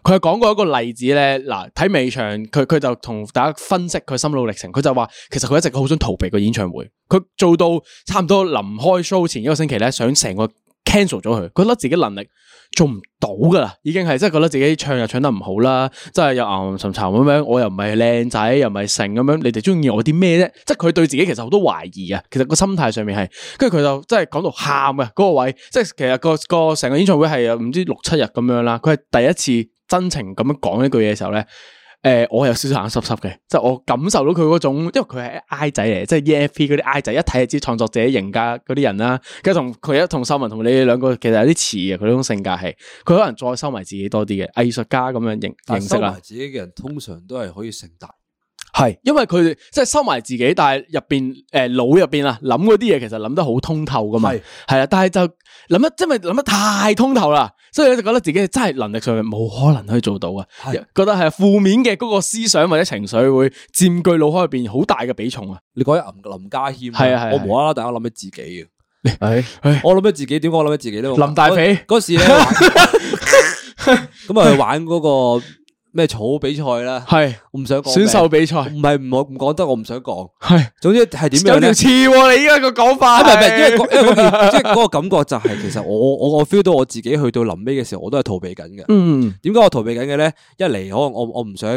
Speaker 2: 佢係講過一個例子咧，嗱睇尾場，佢佢就同大家分析佢心路歷程。佢就話其實佢一直好想逃避個演唱會，佢做到差唔多臨開 show 前一個星期咧，想成個 cancel 咗佢，覺得自己能力做唔到噶啦，已經係即係覺得自己唱又唱得唔好啦，即係又岩岩沉沉咁樣，我又唔係靚仔，又唔係成咁樣，你哋中意我啲咩啫？即係佢對自己其實好多懷疑啊，其實個心態上面係，跟住佢就即係講到喊啊嗰個位，即係其實個個成個演唱會係有唔知六七日咁樣啦，佢係第一次真情咁樣講呢句嘢嘅時候咧。诶、我有少少眼濕濕嘅，即係呃我感受到佢嗰種，因為佢係 I 仔嚟，即係 EFP 嗰啲 I 仔，一睇就知創作者型格嗰啲人啦。跟住同佢一同秀文同你哋兩個其實有啲似啊嘅，佢呢種性格係，佢可能再收埋自己多啲嘅藝術家咁樣形
Speaker 3: 但
Speaker 2: 形式
Speaker 3: 收
Speaker 2: 啦
Speaker 3: 埋。自己嘅人通常都係可以成大。
Speaker 2: 系，因为佢哋即系收埋自己，但系入边诶脑入边啊谂嗰啲嘢，其实谂得好通透噶嘛，
Speaker 3: 係
Speaker 2: 系啊，但系就谂得，因为谂得太通透啦，所以你就觉得自己真系能力上面冇可能可以做到啊，
Speaker 3: 係
Speaker 2: 觉得系负面嘅嗰个思想或者情绪会占据脑海入边好大嘅比重啊，
Speaker 3: 你講起林林家谦，
Speaker 2: 係啊係啊
Speaker 3: 我無啦啦，大家諗起自己嘅，啊
Speaker 4: 唉，
Speaker 3: 我諗起自己，點解我諗起自己咧？
Speaker 2: 林大肥
Speaker 3: 嗰嗰時咧，玩 咁啊去玩嗰個咩草比賽啦，
Speaker 2: 系
Speaker 3: 我唔想講
Speaker 2: 选秀
Speaker 3: 名
Speaker 2: 比赛
Speaker 3: 唔係唔好唔講得，我唔想講。
Speaker 2: 系
Speaker 3: 總之係點樣
Speaker 2: 有
Speaker 3: 咧
Speaker 2: 条？刺喎，你依家个讲法
Speaker 3: 啊唔係唔係，因為嗰因為嗰件即係嗰個感覺就係其實我我我 feel 到我自己去到臨尾嘅時候，我都係逃避緊嘅。
Speaker 2: 嗯
Speaker 3: 點解我逃避緊嘅咧？一嚟可能我我唔想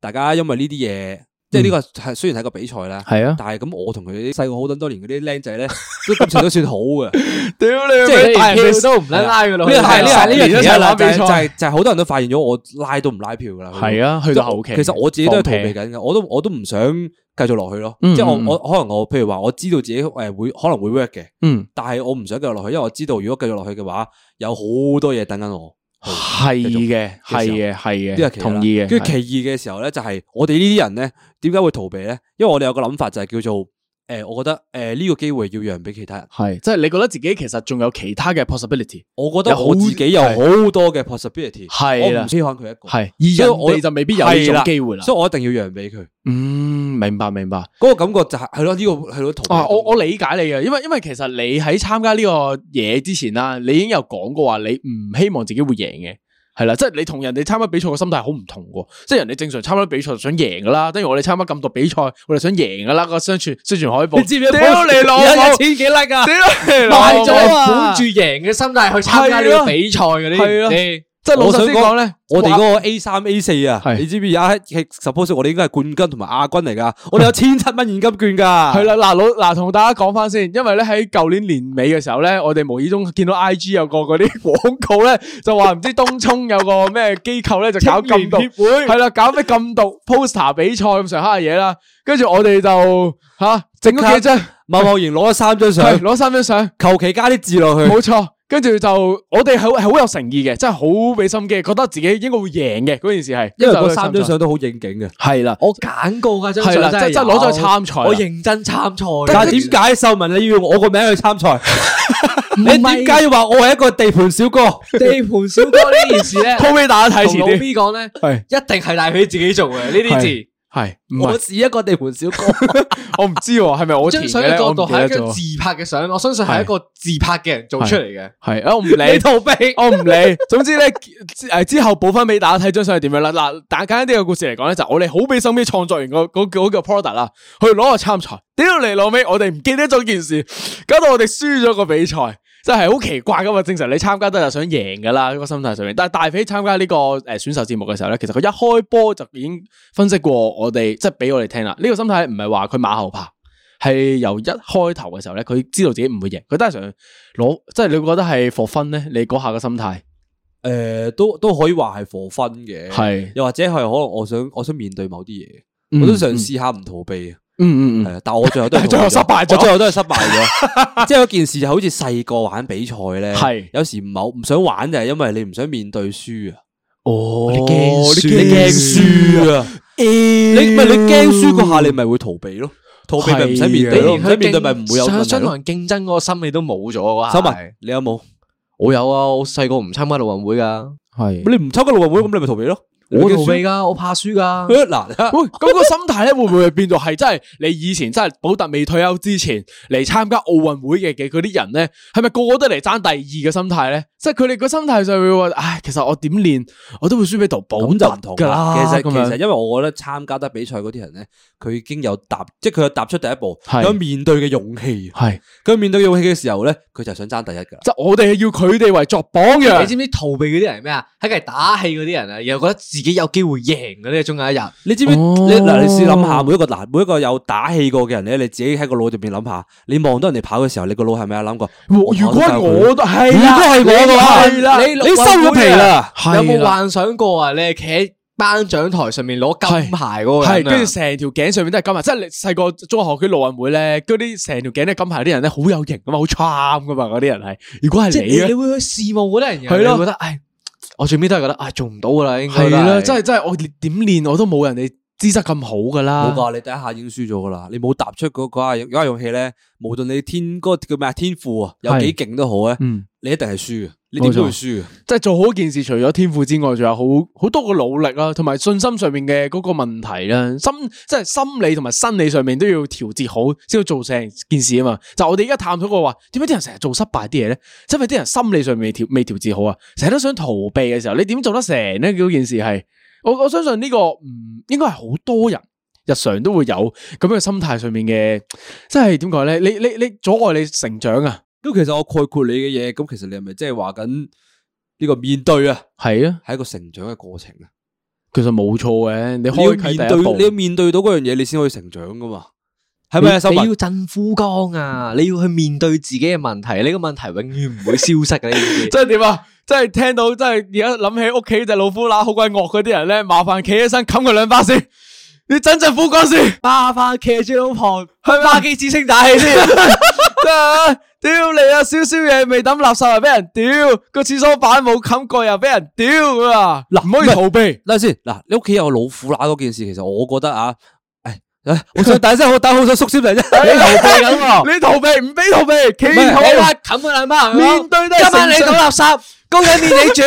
Speaker 3: 大家因為呢啲嘢，即係呢個係雖然係個比賽啦，
Speaker 2: 係啊
Speaker 3: 但係咁我同佢啲細我好多年嗰啲僆仔 咧，都感情都算好嘅。
Speaker 2: 屌你，
Speaker 3: 即係
Speaker 2: 俾大人哋
Speaker 4: 票都唔撚拉佢
Speaker 3: 呢
Speaker 4: 落
Speaker 3: 個
Speaker 4: 去，
Speaker 3: 係呢個係呢
Speaker 2: 年
Speaker 3: 個
Speaker 2: 一
Speaker 3: 其一
Speaker 2: 齊
Speaker 3: 啦，
Speaker 2: 打
Speaker 3: 就係
Speaker 2: 比賽
Speaker 3: 就係就係好多人都發現咗我拉都唔拉票噶啦。
Speaker 2: 係啊去到後期
Speaker 3: 即係我其實我自己都係逃
Speaker 2: 放
Speaker 3: 避
Speaker 2: 屁
Speaker 3: 緊嘅，我都我都唔想繼續落去咯。
Speaker 2: 嗯
Speaker 3: 即係
Speaker 2: 嗯
Speaker 3: 我我可能我譬如話我知道自己誒會可能會 work 嘅。
Speaker 2: 嗯
Speaker 3: 但係我唔想繼續落去，因為我知道如果繼續落去嘅話，有好多嘢等緊我。
Speaker 2: 系嘅，系
Speaker 3: 嘅時候
Speaker 2: 嘅，系
Speaker 3: 呢個其一
Speaker 2: 嘅，
Speaker 3: 啦
Speaker 2: 同意嘅，
Speaker 3: 跟住
Speaker 2: 係
Speaker 3: 其二嘅時候咧，就係我哋呢啲人咧，點解會逃避咧？因為我哋有個諗法就係叫做诶、誒我覺得诶呢、個機會要讓俾其他人。
Speaker 2: 系，即系你觉得自己其实仲有其他嘅 possibility，
Speaker 3: 我覺
Speaker 2: 有
Speaker 3: 得
Speaker 2: 好
Speaker 3: 我自己有好多嘅 possibility，
Speaker 2: 係
Speaker 3: 我
Speaker 2: 啦
Speaker 3: 唔稀罕佢一個。
Speaker 2: 系，
Speaker 3: 所
Speaker 2: 而
Speaker 3: 以
Speaker 2: 人
Speaker 3: 我
Speaker 2: 哋就未必有呢
Speaker 3: 係啦
Speaker 2: 种机会啦。
Speaker 3: 所以我一定要讓俾佢。
Speaker 2: 嗯，明白明白。
Speaker 3: 嗰、個感覺就係係咯，呢、個係咯逃避。
Speaker 2: 啊，我我理解你嘅，因为因为其实你喺参加呢个嘢之前啦，你已经有讲过话你唔希望自己会赢嘅。系啦，即系你同人哋参加比赛嘅心态好唔同喎，即系人哋正常参加比赛就想赢噶啦，等如我哋参加咁多比赛，我哋想赢噶啦个宣传宣传海报。
Speaker 3: 你知唔知？
Speaker 2: 屌你老母！
Speaker 3: 有一千幾 like 啊！
Speaker 4: 買咗係
Speaker 2: 屌你老母
Speaker 4: 本住贏嘅心態去參加呢個比賽嘅呢
Speaker 2: 係啊
Speaker 4: 啲。
Speaker 2: 即系老
Speaker 3: 我
Speaker 2: 实
Speaker 3: 想
Speaker 2: 啲
Speaker 3: 講
Speaker 2: 讲咧，
Speaker 3: 我哋嗰個 A 三 A 四啊，
Speaker 2: 係
Speaker 3: 你知唔知而家係 suppose 我哋應該係冠軍同埋亞軍嚟噶，我哋有千七蚊現金券噶。
Speaker 2: 系啦，嗱老嗱同大家講翻先，因為咧喺舊年年尾嘅時候咧，我哋無意中見到 I G 有個嗰啲 廣告咧，就話唔知東涌有個咩機構咧就搞禁毒，
Speaker 4: 青年協會
Speaker 2: 係啦，搞咩禁毒 poster 比賽咁上下嘅嘢啦，跟住我哋就吓整咗幾張，
Speaker 3: 貿貿然攞咗三張
Speaker 2: 係
Speaker 3: 相，
Speaker 2: 攞三張相，
Speaker 3: 求其加啲字落去，
Speaker 2: 冇錯。跟住就我哋係好係好有誠意嘅，真係好俾心機，覺得自己應該會贏嘅嗰件事係，
Speaker 3: 因為嗰三張相都好應景嘅。
Speaker 2: 係啦，
Speaker 4: 我揀過噶張相
Speaker 2: 係啦
Speaker 4: 真係
Speaker 2: 即係
Speaker 4: 有
Speaker 2: 攞咗去參賽啦
Speaker 4: 我認真參賽。
Speaker 3: 但係點解秀文你要用我個名去參 賽？你點解要話我係一個地盤小哥？
Speaker 2: ？
Speaker 4: 地盤小哥呢件事咧
Speaker 2: 鋪俾大家睇
Speaker 4: 同
Speaker 2: 遲
Speaker 4: 老
Speaker 2: 啲，
Speaker 4: B 講咧，
Speaker 2: 係
Speaker 4: 一定係大肥自己做嘅呢啲字。
Speaker 2: 係唔
Speaker 4: 我
Speaker 2: 係？
Speaker 4: 是一個地盤小哥，
Speaker 2: 我唔知喎，係咪我填
Speaker 4: 張相嘅
Speaker 2: 嘅咧？我
Speaker 4: 角
Speaker 2: 唔
Speaker 4: 度
Speaker 2: 記得
Speaker 4: 係一
Speaker 2: 咗
Speaker 4: 張。自拍嘅相，我相信係一個自拍嘅人做出嚟嘅。
Speaker 2: 系啊，我唔理
Speaker 4: 你，逃避，
Speaker 2: 我唔理。总之咧，诶之后补翻俾大家睇张相系点样啦。嗱，但简单啲嘅故事嚟讲咧，就我哋好俾心機創作完個嗰嗰個 product 啦，去攞個參賽。屌你老尾，我哋唔記得咗件事，搞到我哋輸咗個比賽，真係好奇怪噶嘛。正常你參加都係想贏噶啦，嗰個心態上面。但係大肥參加呢個诶選秀節目嘅時候咧，其實佢一開波就已經分析過我哋，即係俾我哋聽啦。呢個心態唔係話佢馬後炮。系由一開頭嘅時候咧，佢知道自己唔會贏，佢都係想攞，即係你會覺得係 for fun 咧，你嗰下嘅心態
Speaker 3: 誒，都都可以話係火分嘅，
Speaker 2: 係
Speaker 3: 又或者係可能我想我想面對某啲嘢，
Speaker 2: 嗯
Speaker 3: 我都想試下唔逃避。
Speaker 2: 嗯嗯
Speaker 3: 係
Speaker 2: 嗯，
Speaker 3: 啊，但我最 後都係
Speaker 2: 但係最後失敗咗
Speaker 3: 我最後都係失敗 咗。即係有件事就好似細個玩比賽咧，
Speaker 2: 係
Speaker 3: 有時唔好唔想玩就係因為你唔想面對輸啊，
Speaker 2: 哦
Speaker 3: 你驚輸，你驚
Speaker 2: 驚輸
Speaker 3: 輸
Speaker 2: 啊，
Speaker 3: 啊，你唔係你驚輸嗰下，你咪會逃避咯，逃避咪唔使面對咯，
Speaker 2: 係
Speaker 3: 唔
Speaker 2: 啊
Speaker 3: 使面對咪唔會有
Speaker 4: 想
Speaker 3: 問題
Speaker 4: 想同
Speaker 3: 咯。
Speaker 4: 人競爭嗰個心理都冇咗嗰
Speaker 3: 收
Speaker 4: 下
Speaker 3: 埋，你有冇？
Speaker 4: 我有啊，我細個唔參加奧運會噶，
Speaker 2: 係
Speaker 3: 你唔參加奧運會咁，你咪逃避咯。你
Speaker 4: 我
Speaker 3: 咪驚輸
Speaker 4: 逃
Speaker 3: 啊
Speaker 4: 避噶，我怕輸 噶。
Speaker 3: 誒嗱，
Speaker 2: 喂，咁個心態咧會唔會變咗係真係你以前真係保特未退休之前嚟參加奧運會嘅嘅嗰啲人咧，係咪個個都嚟爭第二嘅心態咧？即係佢哋個心態上會話，唉，其實我點練 我都會輸俾度保
Speaker 3: 咁就唔同
Speaker 2: 㗎
Speaker 3: 啦。
Speaker 2: 啦。
Speaker 3: 其實
Speaker 2: 咁
Speaker 3: 其
Speaker 2: 樣
Speaker 3: 實因為我覺得參加得比賽嗰啲人咧，佢已經有踏，即係佢有踏出第一步，
Speaker 2: 係
Speaker 3: 有面對嘅勇氣。
Speaker 2: 係，
Speaker 3: 佢面對勇氣嘅時候咧，佢就想爭第一㗎啦。
Speaker 2: 即係我哋係要佢哋為作榜樣
Speaker 4: 你。知唔知逃避嗰啲人係咩啊？喺隔離打氣嗰啲人啊，又覺得自己有機會贏嘅呢，終有一日。
Speaker 3: 你知唔知？
Speaker 2: 哦
Speaker 3: 你嗱，你試諗下，每一個嗱，每一個有打氣過嘅人咧，你自己喺個腦入邊諗下，你望到人哋跑嘅時候，你個腦係咪有諗過？我
Speaker 2: 如果係我都係
Speaker 3: 如果係我
Speaker 2: 啦，
Speaker 3: 嘅話
Speaker 2: 係啦，
Speaker 4: 你
Speaker 3: 你收咗皮啦
Speaker 4: 有冇
Speaker 2: 係啦
Speaker 4: à, 幻想過啊？你係企喺颁奖台上面攞金牌嗰個
Speaker 2: 系，
Speaker 4: 人啊
Speaker 2: 跟住成條頸上面都係金牌，即係你細個中學嗰啲奧運會咧，嗰啲成條頸都係金牌啲人咧，好有型噶嘛，好 charm 噶嘛，嗰啲人係。如果
Speaker 4: 即
Speaker 2: 係
Speaker 4: 係
Speaker 2: 你咧
Speaker 4: 你，會去羨慕嗰啲人嘅，
Speaker 2: 係咯
Speaker 4: 你會覺得唉，我最尾都係覺得唉做唔到噶啦，應該
Speaker 2: 係
Speaker 4: 都
Speaker 2: 啦，
Speaker 4: 係
Speaker 2: 真係真係我練點練我都冇人哋資質咁好噶啦
Speaker 3: 冇。噶，你第一下已經輸咗噶啦，你冇踏出嗰嗰下有有一勇氣咧，無論你天嗰個叫咩啊天賦啊，有幾勁都好咧，
Speaker 2: 嗯，
Speaker 3: 你一定係輸嘅，你點都會輸嘅。
Speaker 2: 即係做好一件事，除咗天賦之外，仲有好好多個努力啊啦，同埋信心上面嘅嗰個問題啦，心即係心理同埋生理上面都要調節好，先到做成件事啊嘛。就我哋而家探討過話，點解啲人成日做失敗啲嘢咧？即係因為啲人心理上面調未調節好啊，成日都想逃避嘅時候，你點做得成咧？嗰件事係我我相信呢個唔應該係好多人。日常都會有咁樣嘅心態上面嘅，即係點講咧？你你你阻礙你成長啊，
Speaker 3: 咁其實我概括你嘅嘢，咁其實你係咪即係話緊呢個面對啊，
Speaker 2: 係啊，
Speaker 3: 係一個成長嘅過程啊？
Speaker 2: 其實冇錯嘅。你
Speaker 3: 你要
Speaker 2: 開啟
Speaker 3: 面
Speaker 2: 第一
Speaker 3: 對，
Speaker 2: 步
Speaker 3: 你要面對到嗰樣嘢，你先可以成長噶嘛？係咪啊？秀
Speaker 4: 你
Speaker 3: 文
Speaker 4: 要振夫綱啊！你要去面對自己嘅問題，呢個問題永遠唔會消失嘅。呢啲嘢
Speaker 2: 即系点啊？即系听到，即系而家谂起屋企只老虎乸好鬼惡嗰啲人咧，麻煩企起身冚佢兩巴先，你真正苦干先，去
Speaker 4: 麻煩騎住老婆去
Speaker 2: 巴基之星打氣先。真 係啊屌你啊！少少嘢未抌垃圾又俾人屌，個廁所板冇冚蓋又俾人屌咁啊！嗱，唔可以逃避。
Speaker 3: 等下先，嗱，你屋企有老虎乸嗰件事，其實我覺得啊，唉，唉我想大聲，我打好想縮先嚟啫，
Speaker 2: 哎
Speaker 3: 你逃避緊喎。
Speaker 2: 你逃避唔俾逃避，企
Speaker 3: 唔係
Speaker 2: 好
Speaker 4: 你
Speaker 2: 啊
Speaker 4: 話！冚佢兩巴，
Speaker 2: 面對都係
Speaker 4: 今晚你
Speaker 2: 成
Speaker 4: 倒
Speaker 2: 長
Speaker 4: 垃圾，高緊面你煮。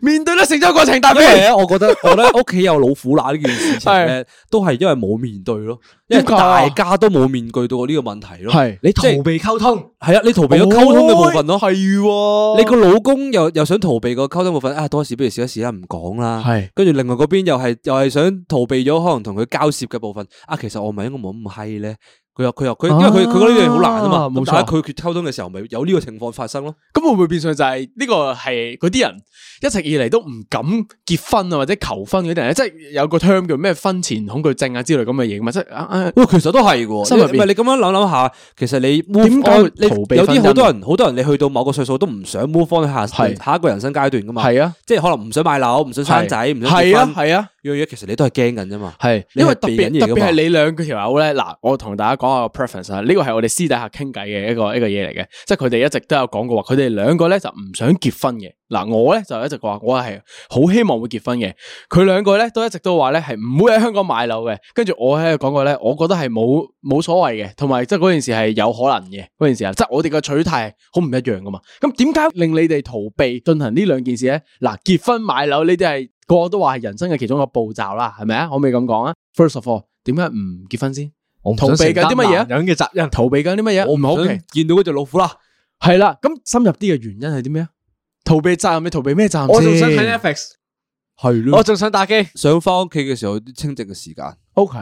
Speaker 2: 面對咧成長過程大
Speaker 3: 因為
Speaker 2: 咩？
Speaker 3: 咧，我覺得 我咧屋企有老虎乸呢件事情咧，都係因為冇面對咯，因為
Speaker 2: 點解啊
Speaker 3: 大家都冇面對到呢個問題咯。
Speaker 2: 係
Speaker 4: 你
Speaker 3: 逃避
Speaker 4: 溝通，
Speaker 3: 係啊，你逃避咗溝通嘅部分咯。
Speaker 2: 係喎
Speaker 3: 你個老公又又想逃避個溝通部分，啊，多時不如試一試啦，唔講啦。
Speaker 2: 係
Speaker 3: 跟住另外嗰邊又係又係想逃避咗可能同佢交涉嘅部分。啊，其實我咪應該冇咁閪咧。佢又佢又佢，因為佢佢覺得呢樣嘢好難啊嘛。
Speaker 2: 啊冇
Speaker 3: 咁
Speaker 2: 錯
Speaker 3: 大家拒絕溝通嘅時候，咪有呢個情況發生咯。
Speaker 2: 咁會唔會變相就係呢個係嗰啲人一直以嚟都唔敢結婚啊，或者求婚嗰啲人咧，即係有個 term 叫咩婚前恐懼症啊之類咁嘅嘢噶嘛，即係啊啊
Speaker 3: 喂，其實都係嘅，
Speaker 2: 心
Speaker 3: 因
Speaker 2: 入
Speaker 3: 為
Speaker 2: 邊
Speaker 3: 唔係你咁樣諗諗下，其實你 move
Speaker 2: 點解會
Speaker 3: on，你
Speaker 2: 逃避
Speaker 3: 有
Speaker 2: 婚
Speaker 3: 啲
Speaker 2: 姻
Speaker 3: 好多
Speaker 2: 啊
Speaker 3: 人好多人，你去到某個歲數都唔想 move on 去下
Speaker 2: 係
Speaker 3: 下一個人生階段噶嘛，
Speaker 2: 係啊，
Speaker 3: 即係可能唔想買樓，唔想生仔，唔想
Speaker 2: 係
Speaker 3: 結
Speaker 2: 啊
Speaker 3: 婚，
Speaker 2: 係啊
Speaker 3: 樣嘢其實你都係驚緊啫嘛。
Speaker 2: 係，
Speaker 3: 你
Speaker 2: 因為
Speaker 3: 係
Speaker 2: 特
Speaker 3: 避緊嘢
Speaker 2: 別
Speaker 3: 㗎
Speaker 2: 特別
Speaker 3: 嘛
Speaker 2: 係你兩個條友咧，嗱，我同大家講下個 preference 啊，呢個係我哋私底下傾偈嘅一個一個嘢嚟嘅，即係佢哋一直都有講過話，佢哋兩個咧就唔想結婚嘅，嗱，我咧就一直話我係好希望會結婚嘅，佢兩個咧都一直都話咧係唔會喺香港買樓嘅，跟住我喺度講過咧，我覺得係冇冇所謂嘅，同埋即係嗰件事係有可能嘅嗰件事啊，即係我哋嘅取態係好唔一樣噶嘛。咁點解令你哋逃避進行呢兩件事咧？嗱，結婚買樓呢啲係個個都話係人生嘅其中一個步驟啦，係咪啊？可唔可以咁講啊？First of all，點解唔結婚先？
Speaker 4: 我
Speaker 2: 逃避緊啲乜嘢啊
Speaker 4: 人嘅責任，
Speaker 2: 逃避緊啲乜嘢？
Speaker 3: 我唔
Speaker 2: 好
Speaker 3: 想
Speaker 2: 奇。
Speaker 3: 見到嗰隻老虎啦。
Speaker 2: 係啦，咁深入啲嘅原因係啲咩啊？逃避責任，你逃避咩責任
Speaker 4: 我仲想
Speaker 2: 先
Speaker 4: 睇 Netflix，
Speaker 3: 係
Speaker 4: 我。仲想打機。
Speaker 3: 想翻屋企嘅時候，啲清靜嘅時間，
Speaker 2: O K，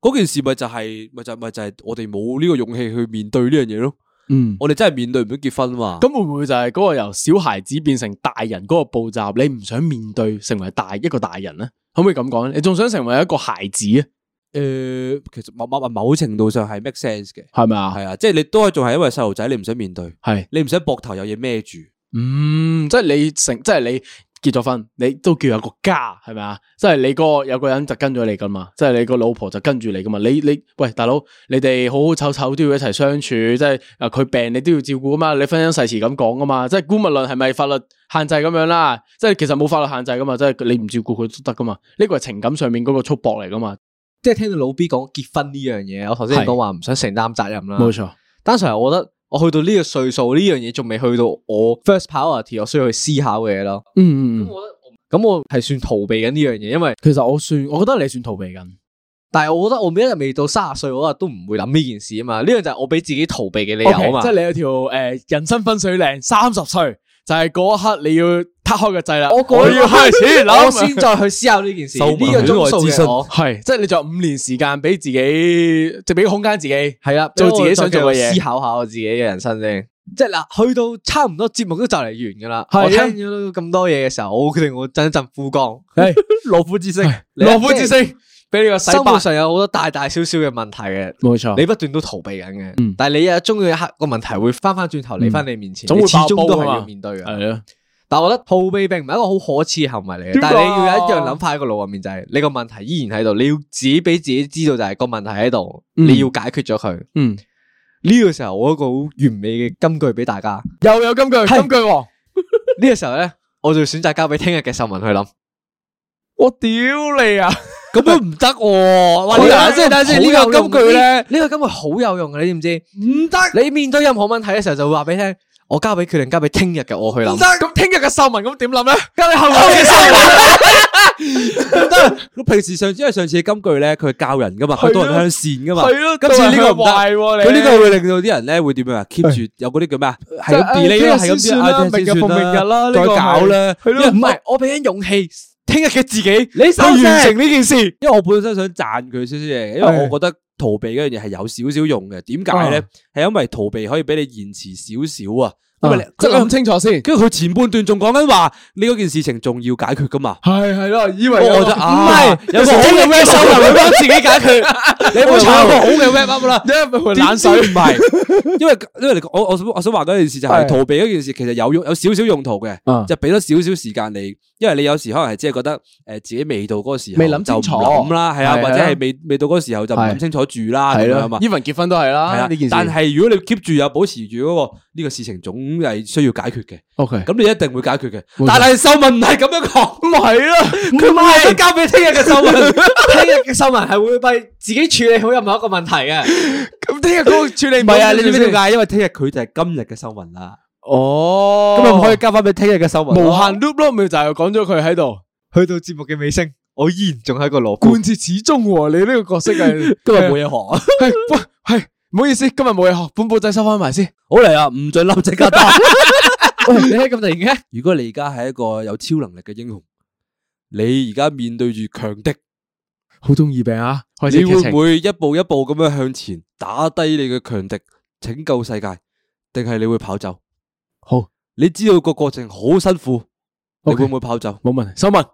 Speaker 3: 嗰件事咪就係咪就咪就係我哋冇呢個勇氣去面對呢樣嘢咯。
Speaker 2: 嗯。
Speaker 3: 我哋真係面對唔到結婚嘛。
Speaker 2: 咁會唔會就係嗰個由小孩子變成大人嗰個步驟？你唔想面對成為大一個大人咧？可唔可以咁講咧？你仲想成為一個孩子啊？
Speaker 3: 诶、其實某某某程度上係 make sense 嘅，
Speaker 2: 係咪啊？
Speaker 3: 係啊，即係你都係仲係因為細路仔，你唔想面對，
Speaker 2: 係，
Speaker 3: 你唔想膊頭有嘢孭住。
Speaker 2: 嗯，即係你成，即係你結咗婚，你都叫有個家，係咪啊？即係你個有個人就跟咗你噶嘛，即係你個老婆就跟住你噶嘛。你你喂大佬，你哋好好醜醜都要一齊相處，即係啊佢病你都要照顧噶嘛。你婚姻誓詞咁講噶嘛，即係姑勿論係咪法律限制咁樣啦？即係其實冇法律限制噶嘛，即係你唔照顧佢都得噶嘛。呢個係情感上面嗰個束縛嚟噶嘛。
Speaker 4: 即係聽到老 B 講結婚呢樣嘢，我頭先
Speaker 2: 係
Speaker 4: 講話唔想承擔責任啦。
Speaker 2: 冇錯，
Speaker 4: 單純係我覺得我去到呢個歲數，呢樣嘢仲未去到我 first priority，我需要去思考嘅嘢咯。
Speaker 2: 嗯嗯嗯。
Speaker 4: 咁我係算逃避緊呢樣嘢，因為
Speaker 2: 其實我算，我覺得你算逃避緊。
Speaker 4: 但係我覺得我每一日未到三十歲嗰日都唔會諗呢件事啊嘛。呢樣就係我俾自己逃避嘅理由啊
Speaker 2: OK，
Speaker 4: 嘛。
Speaker 2: 即係你有條诶人生分水嶺，三十歲就係嗰一刻你要挞開個掣啦，
Speaker 4: 我過咗
Speaker 2: 要開始
Speaker 4: 我
Speaker 2: 諗
Speaker 4: 先再去思考呢件事。
Speaker 3: 受
Speaker 4: 啊呢
Speaker 3: 民
Speaker 4: 個鐘數
Speaker 3: 之
Speaker 4: 嘅我
Speaker 2: 係，即係你仲有五年時間俾自己，即係俾空間自己。
Speaker 4: 係啦，
Speaker 2: 做自己想做嘅
Speaker 4: 俾我
Speaker 2: 嘢
Speaker 4: 再繼續思考下我自己嘅人生先。即係嗱，去到差唔多節目都就嚟完噶啦。
Speaker 2: 係啊
Speaker 4: 我聽咗咁多嘢嘅時候，我決定我振一振富江。
Speaker 3: 老虎之星，
Speaker 2: 羅夫之星俾你個洗
Speaker 4: 啊生活
Speaker 2: 白，
Speaker 4: 上有好多大大小小嘅問題嘅，
Speaker 2: 冇錯
Speaker 4: 你不斷都逃避緊嘅。啊嗯但係你有終有一刻個問題會翻翻轉頭嚟翻你面前，
Speaker 2: 總
Speaker 4: 你
Speaker 2: 會
Speaker 4: 始
Speaker 2: 爆
Speaker 4: 終
Speaker 2: 煲
Speaker 4: 都
Speaker 2: 啊
Speaker 4: 係
Speaker 2: 嘛
Speaker 4: 要面對嘅。
Speaker 2: 係咯，
Speaker 4: 但我覺得好卑並唔係一個好可恥嘅行為嚟嘅
Speaker 2: 點，啊
Speaker 4: 但係你要有一
Speaker 2: 解
Speaker 4: 樣諗法喺個腦入面就係、你個問題依然喺度，你要自己俾自己知道就係個問題喺度，
Speaker 2: 嗯
Speaker 4: 你要解決咗佢。
Speaker 2: 嗯，
Speaker 4: 呢、個時候我有一個好完美嘅金句俾大家，呢、
Speaker 2: 又有金句，
Speaker 4: 係
Speaker 2: 金句王，
Speaker 4: 個時候咧我就選擇交俾聽日嘅秀文去諗。
Speaker 2: 我屌你啊！
Speaker 4: 咁樣唔得 喎！哇，
Speaker 2: 哇呢
Speaker 4: 你
Speaker 2: 個
Speaker 4: 等先，等先，呢
Speaker 2: 好有
Speaker 4: 個
Speaker 2: 用
Speaker 4: 金句咧，呢個金句好有用嘅，你知唔知？唔得，你面對任何問題嘅時候，就會話俾你聽，我交俾決定，交俾聽日嘅我去諗，
Speaker 2: 咁聽日嘅秀文咁點諗咧？
Speaker 4: 交俾後日 嘅心
Speaker 3: 咁平時上因為上次嘅金句咧，佢係教人噶嘛，佢導人向善噶嘛。
Speaker 2: 啊係啊咯
Speaker 3: 今次呢個唔得
Speaker 2: 導人向壞喎
Speaker 3: 佢
Speaker 2: 你
Speaker 3: 呢個會令到啲人咧會點樣啊？keep 住有嗰啲叫咩啊？係咁 delay 咯，
Speaker 2: 即
Speaker 3: 係
Speaker 2: 係
Speaker 3: 咁 delay，
Speaker 2: 先算啦
Speaker 3: 啊聽日先
Speaker 2: 明日
Speaker 3: 算
Speaker 2: 復明日啦呢
Speaker 3: 再
Speaker 2: 個
Speaker 3: 搞
Speaker 2: 係
Speaker 3: 啦。
Speaker 2: 係咯
Speaker 3: 因為
Speaker 4: 唔係，我俾緊勇氣，聽日嘅自己，
Speaker 3: 你
Speaker 4: 去
Speaker 3: 收聲
Speaker 4: 完成呢件事。
Speaker 3: 因為我本身想讚佢少少嘢，因為我覺得逃避嗰樣嘢係有少少用嘅。點解咧？係因為逃避可以俾你延遲少少啊。因為你
Speaker 2: 即係諗清楚先。
Speaker 3: 跟住佢前半段仲講緊話，你嗰件事情仲要解決噶嘛？
Speaker 2: 係係咯，以為
Speaker 3: 我
Speaker 2: 有
Speaker 3: 我
Speaker 2: 個
Speaker 3: 就
Speaker 2: 唔係
Speaker 3: 啊，有個好
Speaker 4: 聽日
Speaker 3: 嘅
Speaker 4: 嘅收
Speaker 3: rap
Speaker 4: 入去幫自己解決，你冇炒過好嘅 wrap up 啦。
Speaker 2: 因為
Speaker 3: 點
Speaker 2: 懶
Speaker 3: 知
Speaker 2: 水
Speaker 3: 唔係， 因為因為你我我想我想話嗰件事就係啊
Speaker 2: 係
Speaker 3: 逃避嗰件事，其實有用有少少用途嘅
Speaker 2: 嗯，
Speaker 3: 就俾多少少時間你，因為你有時可能係只係覺得诶自己未到嗰個時候，
Speaker 2: 未諗
Speaker 3: 就
Speaker 2: 清
Speaker 3: 唔
Speaker 2: 楚
Speaker 3: 諗啦，係啊，
Speaker 2: 係啊
Speaker 3: 或者係未未到嗰個時候就唔
Speaker 2: 係
Speaker 3: 諗清楚住啦，咁
Speaker 2: 係
Speaker 3: 樣啊
Speaker 2: 咯
Speaker 3: 嘛。
Speaker 2: ，even 結婚都係
Speaker 3: 係
Speaker 2: 啦
Speaker 3: 啊
Speaker 2: 呢件事。，
Speaker 3: 但係如果你 keep 住有保持住嗰個呢個事情，總係需要解決嘅，
Speaker 2: OK，
Speaker 3: 咁你一定會解決嘅
Speaker 2: 冇錯。
Speaker 3: 但係秀文唔係咁樣講，
Speaker 2: 唔係啦，
Speaker 3: 佢唔係交俾聽日嘅秀文。
Speaker 4: 聽日嘅秀文係會為自己處理好任何一個問題嘅。
Speaker 2: 咁聽日嗰個處理
Speaker 3: 唔係啊，你知唔知點 解？因為聽日佢就係今日嘅秀文啦，
Speaker 2: 哦，
Speaker 3: 咁咪唔可以交翻俾聽日嘅秀文
Speaker 2: 無
Speaker 3: 咯。
Speaker 2: 限 loop 咯，咪就係講咗佢喺度
Speaker 4: 去到節目嘅尾聲，我依然仲喺個羅
Speaker 2: 貫徹始終喎。你呢個角色 係
Speaker 3: 今日冇嘢學，
Speaker 2: 係喂係唔好意思，今日冇嘢學，本簿仔收翻埋先。
Speaker 3: 好嚟啊！唔准嬲即刻 答。
Speaker 4: 喂，你係咁突然嘅？
Speaker 3: 如果你而家係一個有超能力嘅英雄，你而家面對住強敵，
Speaker 2: 好中意病啊！開始
Speaker 3: 你
Speaker 2: 劇
Speaker 3: 會
Speaker 2: 情
Speaker 3: 唔會一步一步咁樣向前打低你嘅強敵，拯救世界，定係你會跑走？
Speaker 2: 好，
Speaker 3: 你知道個過程好辛苦，你
Speaker 2: OK
Speaker 3: 會唔會跑走？
Speaker 2: 冇問題。收文，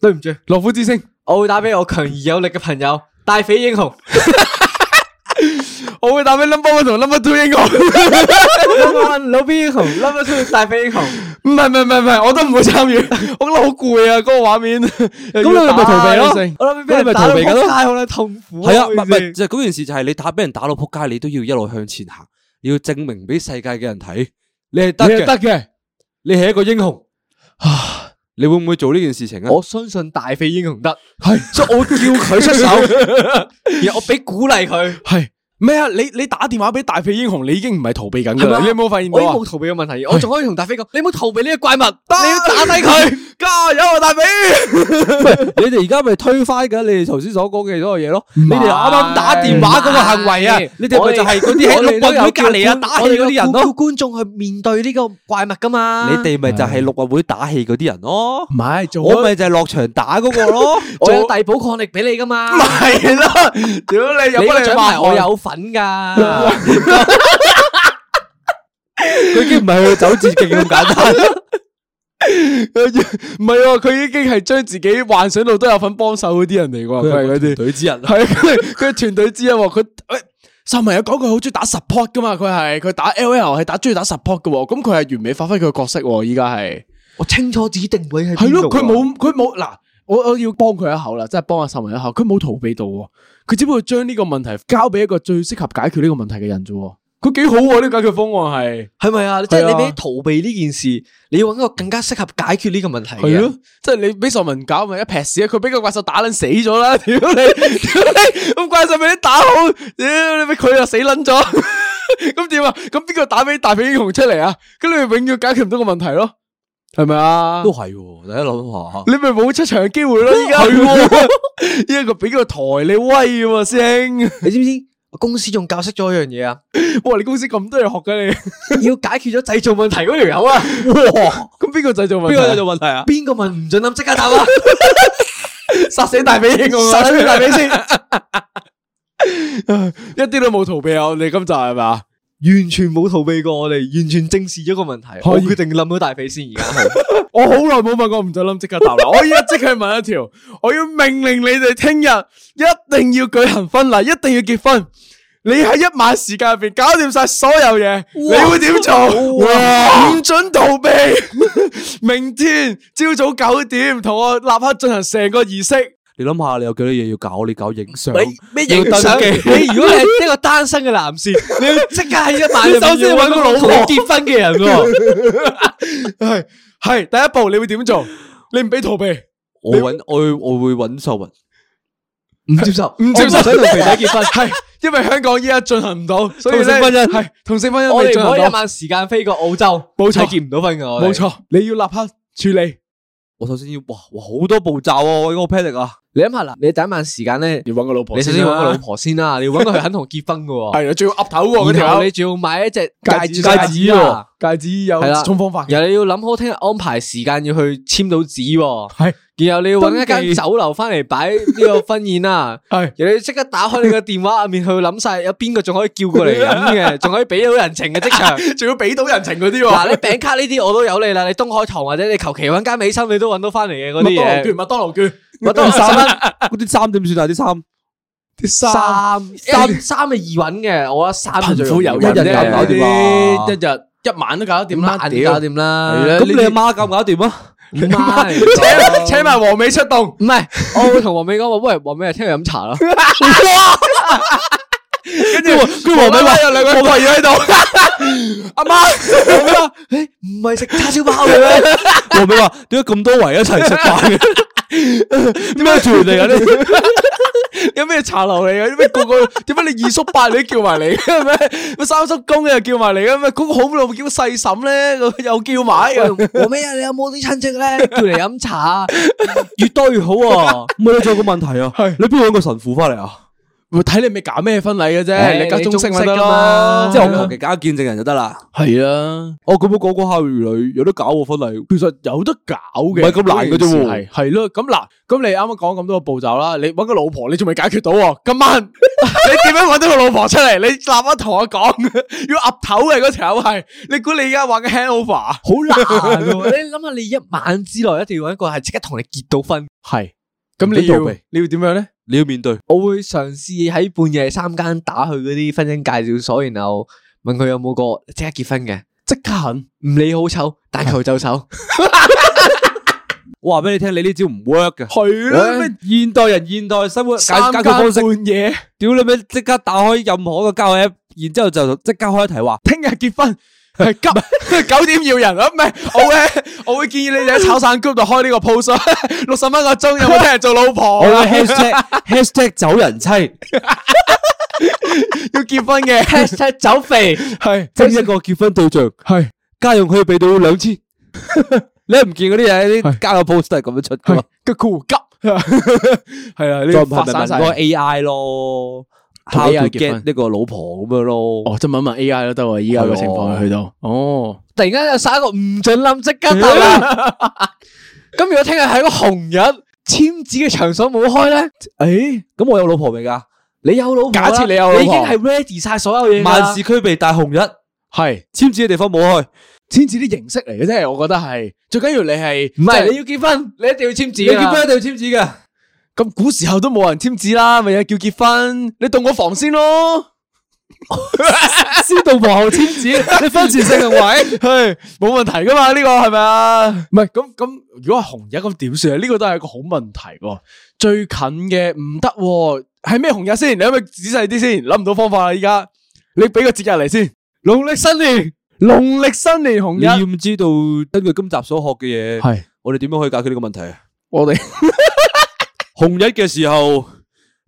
Speaker 4: 對唔住，
Speaker 2: 羅虎之星，
Speaker 4: 我會打俾我強而有力嘅朋友大匪英雄。
Speaker 2: 我會打俾 number one 同 number two 英 雄。
Speaker 4: number one 老 B 英雄，number two 大飛英雄，
Speaker 2: 唔係唔係唔係唔係，我都唔會參 與，我覺得好攰啊！嗰個畫面，咁你
Speaker 4: 咁你咪逃避咯
Speaker 2: 咯。
Speaker 4: 我諗俾
Speaker 3: 你咪
Speaker 4: 人打
Speaker 3: 逃
Speaker 4: 到
Speaker 3: 避緊咯
Speaker 4: 撲街好啦，痛苦
Speaker 3: 係啊，唔
Speaker 4: 唔
Speaker 3: 係就係嗰件事就係你打俾人打到撲街，你都要一路向前行，你要證明俾世界嘅人睇，你係得
Speaker 2: 你係
Speaker 3: 嘅，
Speaker 2: 得嘅，
Speaker 3: 你係一個英雄。你會唔會做呢件事情啊？
Speaker 4: 我相信大飛英雄得，
Speaker 2: 係
Speaker 4: 所以我叫佢出 手，然後我俾鼓勵佢。
Speaker 2: 係咩啊？你你打電話俾大屁英雄，你已經唔係逃避緊㗎
Speaker 4: 係咪
Speaker 2: 啦。
Speaker 4: 啊
Speaker 2: 你有冇發現
Speaker 4: 我
Speaker 2: 到
Speaker 4: 已經
Speaker 2: 啊
Speaker 4: 冇？逃避嘅問題，我仲可以同大飛講：你唔好逃避呢個怪物，你要打低佢。
Speaker 2: 加油啊，大肥！
Speaker 3: 你哋而家咪推翻緊你哋頭先所講嘅所有嘢咯？你哋啱啱打電話嗰個行為啊
Speaker 4: 唔係，
Speaker 3: 你哋咪就係嗰啲喺陸運會隔離啊打氣嗰啲人咯？
Speaker 4: 觀眾去面對呢個怪物噶嘛
Speaker 3: 你哋咪就係陸運會打氣嗰啲人咯
Speaker 2: 唔？係做
Speaker 3: 我咪就係落場打嗰個咯。
Speaker 4: 我有遞補抗力俾你噶嘛？
Speaker 2: 係啦，屌你
Speaker 4: 你個獎牌我
Speaker 2: 有
Speaker 4: 有份噶。
Speaker 3: 佢已經唔係去走捷徑咁簡單。
Speaker 2: 唔係喎？佢已經係將自己幻想到都有份幫手嗰啲人嚟喎，佢 係嗰啲。
Speaker 3: 隊之人
Speaker 2: 系佢佢係團隊之啊，佢诶，秀文有講佢好中意打 support 噶嘛，佢係佢打 L L 係打中意打 support 噶，咁佢係完美發揮佢嘅角色喎，依家係
Speaker 4: 我清楚自己定位喺
Speaker 2: 係
Speaker 4: 邊度
Speaker 2: 咯，
Speaker 4: 啊
Speaker 2: 佢冇佢冇嗱，我我要幫佢一口啦，即係幫阿秀文一口，佢冇逃避到喎，佢只不過將呢個問題交俾一個最適合解決呢個問題嘅人啫喎，佢幾好喎呢個解決方案係
Speaker 4: 係咪啊？即
Speaker 2: 係
Speaker 4: 係
Speaker 2: 啊
Speaker 4: 你俾逃避呢件事，你要揾一個更加適合解決呢個問題嘅
Speaker 2: 係
Speaker 4: 人
Speaker 2: 咯。，即係你俾秀文搞咪一劈屎，佢俾個怪獸打撚死咗啦， 屌你屌你，咁怪獸俾你打好，屌你俾佢又死撚咗， 咁點啊？咁邊個打俾大髀英雄出嚟啊？咁你咪永遠解決唔到個問題咯，係咪啊
Speaker 3: 都？係喎，大家諗下。
Speaker 2: 你咪冇出場嘅機會咯，依家 依家佢俾個台你威啊嘛，師兄，
Speaker 4: 你知唔知？我公司仲教識咗一樣嘢啊，
Speaker 2: 哇！你公司咁多嘢學嘅你，
Speaker 4: 要解決咗製造問題嗰條友 啊！哇，
Speaker 2: 咁邊個製造問題
Speaker 3: 邊
Speaker 2: 啊？
Speaker 3: 個有做問題啊？
Speaker 4: 邊個問唔准諗即刻答啊！
Speaker 2: 殺死大髀英雄啊，
Speaker 4: 殺死大髀先
Speaker 2: 一啲都冇逃避啊！我哋今集係咪啊？
Speaker 4: 完全冇逃避過我哋，完全正視咗個問題。
Speaker 2: 可
Speaker 4: 我
Speaker 2: 以
Speaker 4: 決定冧咗大肥先，而家好。
Speaker 2: 我好耐冇問過唔准諗即刻答啦，我依家即刻問一條，我要命令你哋聽日一定要舉行婚禮，一定要結婚，你喺一晚時間入边搞掂晒所有嘢，你會點做？唔准逃避！明天朝早九點同我立刻進行成個儀式。
Speaker 3: 你谂下，你有几多嘢要搞？你搞影相，
Speaker 4: 咩
Speaker 3: 影相
Speaker 4: 你如果系一个单身嘅男士，你要即刻喺一晚入面
Speaker 2: 首
Speaker 4: 要
Speaker 2: 先揾個老婆
Speaker 4: 同你结婚嘅人喎。
Speaker 2: 係系第一步，你會點做？你唔俾逃避，
Speaker 3: 我搵我會我会搵秀云。
Speaker 4: 唔接受，
Speaker 2: 唔接受
Speaker 4: 我唔想啊同肥仔结婚。
Speaker 2: 係因為香港依家進行唔到，所以
Speaker 4: 同性
Speaker 2: 咧
Speaker 4: 婚姻
Speaker 2: 係同性婚姻
Speaker 4: 我
Speaker 2: 未
Speaker 4: 哋
Speaker 2: 進
Speaker 4: 唔可以
Speaker 2: 行
Speaker 4: 一
Speaker 2: 到，
Speaker 4: 晚時間飛過澳洲，
Speaker 2: 冇錯
Speaker 4: 係結唔到婚嘅。我哋
Speaker 2: 冇，錯，你要立刻處理。
Speaker 3: 我首先要哇哇好多步骤啊！我我 panic 啊！
Speaker 4: 你諗下啦，你第一晚時間咧，
Speaker 2: 要搵個老婆
Speaker 4: 你首先
Speaker 2: 先
Speaker 4: 揾
Speaker 2: 啦
Speaker 4: 個老婆先啦，你要揾佢肯同我結婚嘅
Speaker 2: 系啊，仲要岌頭
Speaker 4: 喎。
Speaker 2: 喎，嗰
Speaker 4: 然
Speaker 2: 條
Speaker 4: 後
Speaker 2: 友
Speaker 4: 你仲要買一隻
Speaker 2: 戒
Speaker 4: 指
Speaker 2: 指啊
Speaker 4: 戒指
Speaker 2: 喎
Speaker 4: 喎。，
Speaker 2: 戒指有
Speaker 4: 係啦
Speaker 2: 折衷方法嘅，
Speaker 4: 然後你要諗好聽日安排時間要去簽到紙喎。
Speaker 2: 係
Speaker 4: 然後你要揾一
Speaker 2: 登記
Speaker 4: 間酒樓翻嚟擺呢個婚宴啊啦。
Speaker 2: 係
Speaker 4: 人哋即刻打開你個電話入面去諗晒有邊個仲可以叫過嚟飲嘅，仲可以俾到人情嘅即場。
Speaker 2: 仲要俾到人情嗰啲
Speaker 4: 嗱，
Speaker 2: 喎
Speaker 4: 你。餅卡呢啲我都有你啦，你東海堂或者你求其揾間美心你都揾到翻嚟嘅嗰啲
Speaker 2: 麥當 勞
Speaker 4: 嘢。
Speaker 2: 券，麥當勞券，
Speaker 4: 麥當勞三蚊
Speaker 3: 嗰啲衫点算啊？啲衫
Speaker 2: 啲
Speaker 4: 三三三咪易揾嘅，我覺得三就最容易
Speaker 2: 一
Speaker 4: 揾
Speaker 2: 日
Speaker 4: 啫
Speaker 2: 搞
Speaker 3: 搞掂啊
Speaker 2: 一日一晚都搞得掂啦，
Speaker 4: 晚搞掂啦。
Speaker 2: 係啦
Speaker 3: 咁
Speaker 2: 呢啲
Speaker 3: 你阿妈搞唔搞掂啊？
Speaker 4: 唔 係
Speaker 2: 屌，請請埋黃美出動，
Speaker 4: 唔係，我會同黃美講話，喂，黃美啊， 聽日飲茶啦。
Speaker 2: 跟住跟住黃美話有兩個跪咗喺度，阿媽
Speaker 4: 诶，唔係食叉燒包嘅咩？
Speaker 3: 黄美话：点解咁多围一齐食饭嘅？咩团嚟噶？呢
Speaker 2: 有咩茶樓嚟嘅？咩個個點解你二叔伯你都叫埋嚟嘅咩？乜三叔公又叫埋嚟嘅咩？嗰個好老叫細嬸咧，咁又叫埋嘅。
Speaker 4: 黃美啊，你有冇啲親戚咧叫嚟飲茶 啊？越多越好喎。
Speaker 3: 唔系你仲有个问题啊？
Speaker 2: 係
Speaker 3: 你边搵个神父翻嚟啊？
Speaker 2: 咪睇你咪搞咩婚禮嘅啫，
Speaker 4: 誒
Speaker 2: 你搞中式
Speaker 4: 你
Speaker 2: 咪
Speaker 4: 中式
Speaker 2: 得
Speaker 4: 㗎
Speaker 2: 咯
Speaker 4: 嘛，
Speaker 3: 即系我
Speaker 4: 係
Speaker 3: 求其揀個见证人就得啦。
Speaker 2: 係啊，
Speaker 3: 哦，咁我講講下，原來有得搞喎婚禮。
Speaker 2: 其實有得搞嘅，
Speaker 3: 唔係咁難嘅啫喎
Speaker 2: 係係咯，咁嗱，咁你啱啱講咁多個步驟啦，你搵個老婆你仲未解決到喎，今晚你點樣搵到個老婆出嚟？你立刻同我講，要岌頭嘅嗰條友係，你估你而家玩嘅 handover
Speaker 4: 好難喎！你諗下，你一晚之內一定要揾一個係即刻同你結到婚。
Speaker 2: 係，咁
Speaker 3: 你
Speaker 2: 你
Speaker 3: 要
Speaker 2: 要你要點樣咧？
Speaker 3: 你要面對，
Speaker 4: 我會嘗試喺半夜三更打去嗰啲婚姻介紹所，然後問佢有冇個即刻結婚嘅，
Speaker 2: 即刻行，
Speaker 4: 唔理好醜，但求就 手。
Speaker 3: 我話俾你聽，你呢招唔 work 嘅。
Speaker 2: 係啦，咩
Speaker 3: 現代人現代生活解
Speaker 2: 三
Speaker 3: 解
Speaker 2: 更
Speaker 3: 決方式，
Speaker 2: 半夜，
Speaker 3: 屌你咪即刻打開任何一個交友 app，然之後就即刻開一題話，
Speaker 2: 聽日結婚。係急九點要人啊！唔係，我會我會建議你哋喺炒散 group 度開呢個 post，啊六十蚊個鐘有冇聽人做老婆
Speaker 3: 我
Speaker 2: 啊？
Speaker 3: 會 hashtag hashtag 走人妻，
Speaker 2: 要結婚嘅，
Speaker 4: hashtag 走肥，
Speaker 2: 係
Speaker 3: 徵一個結婚對象，
Speaker 2: 係
Speaker 3: 家用可以俾到兩千。你唔見嗰啲嘢啲交友 post 都係咁樣出噶嘛
Speaker 2: 係？個酷急，係啦，
Speaker 3: 再
Speaker 2: 呢
Speaker 3: 唔係
Speaker 2: 發
Speaker 3: 咪
Speaker 2: 散
Speaker 3: 問個
Speaker 2: 晒。
Speaker 3: AI 咯
Speaker 2: 同
Speaker 3: ，how
Speaker 2: AI
Speaker 3: to
Speaker 2: 結
Speaker 3: get
Speaker 2: 婚
Speaker 3: 呢個老婆咁樣咯。
Speaker 2: 哦，即係問一問 A I 都得喎，依家個情況
Speaker 3: 係喎
Speaker 2: 去到哦，
Speaker 4: 突然間有三個唔准諗，即 刻答啦。咁如果聽日係一個紅日，簽字嘅場所冇開咧，
Speaker 2: 誒，
Speaker 3: 咁我有老婆未㗎？
Speaker 4: 你有老婆啦
Speaker 2: 假設你有老婆
Speaker 4: 已經係 ready 晒所有嘢㗎啦
Speaker 3: 萬事俱備，但紅日
Speaker 2: 係
Speaker 3: 簽字嘅地方冇開。
Speaker 2: 簽字啲形式嚟嘅啫，我覺得係最緊要你係
Speaker 4: 唔係
Speaker 2: 即
Speaker 4: 你要結婚，你一定要簽字
Speaker 3: 你
Speaker 4: 㗎
Speaker 3: 結
Speaker 4: 啦。
Speaker 3: 婚一定要簽字嘅。
Speaker 2: 咁古時候都冇人簽字啦，咪有叫結婚，你動我房先 咯，
Speaker 4: 先到皇后簽字，你婚前性行 為。
Speaker 2: 係冇問題噶嘛？呢個係咪啊？唔係咁咁，如果係紅日咁點算啊？呢個都係一個好問題喎。最近嘅唔得喎，係咩紅日先？你可唔可以仔細啲先？諗唔到方法啊啦，依家你俾個節日嚟先。
Speaker 4: 農曆新年，
Speaker 2: 农历新年红
Speaker 3: 你要唔知道根據今集所學嘅嘢，
Speaker 2: 系
Speaker 3: 我哋點樣可以解決呢個問題啊？
Speaker 2: 我哋
Speaker 3: 紅日嘅時候，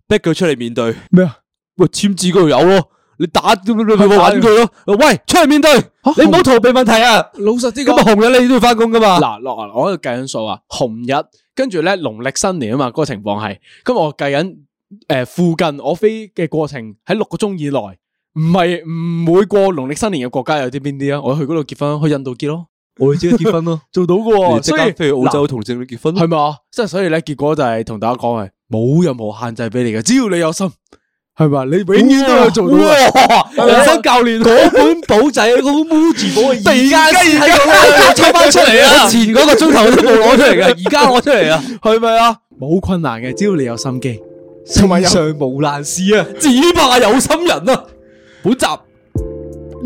Speaker 3: 逼佢出嚟面對。
Speaker 2: 咩啊？
Speaker 3: 喂，簽字嗰條友咯，你打你你你揾佢咯。喂，出嚟面對，你唔好逃避問題啊！
Speaker 2: 老实啲
Speaker 3: 咁
Speaker 2: 講
Speaker 3: 啊，紅日你都要翻工噶嘛？
Speaker 2: 嗱，落我喺度計緊數啊，紅日跟住咧農曆新年啊嘛，嗰、個情況係，咁我計緊诶附近我飛嘅過程喺六個鐘以內，唔係唔會過農曆新年嘅國家有啲邊啲啊？我去嗰度結婚，去印度結咯，
Speaker 4: 我會即刻結婚咯。
Speaker 2: 做到噶喎、
Speaker 3: 你即刻
Speaker 2: 所以
Speaker 3: 飛去澳洲同正女結婚
Speaker 2: 係咪啊？即係所以咧，結果就係同大家講係冇任何限制俾你嘅，只要你有心，係咪啊？你永遠都有做到嘅。
Speaker 4: 哇！人生教
Speaker 3: 啊
Speaker 4: 練啊嗰本簿仔，嗰本 Muji 簿，啊
Speaker 2: 突然間
Speaker 4: 先喺個拉度抽翻出嚟啊！前嗰個鐘頭都冇攞出嚟嘅，而家攞出嚟啊！
Speaker 2: 系咪啊？冇困难嘅，只要你有心機。
Speaker 4: 同埋上無難事啊！
Speaker 3: 只怕有心人啊！本集啊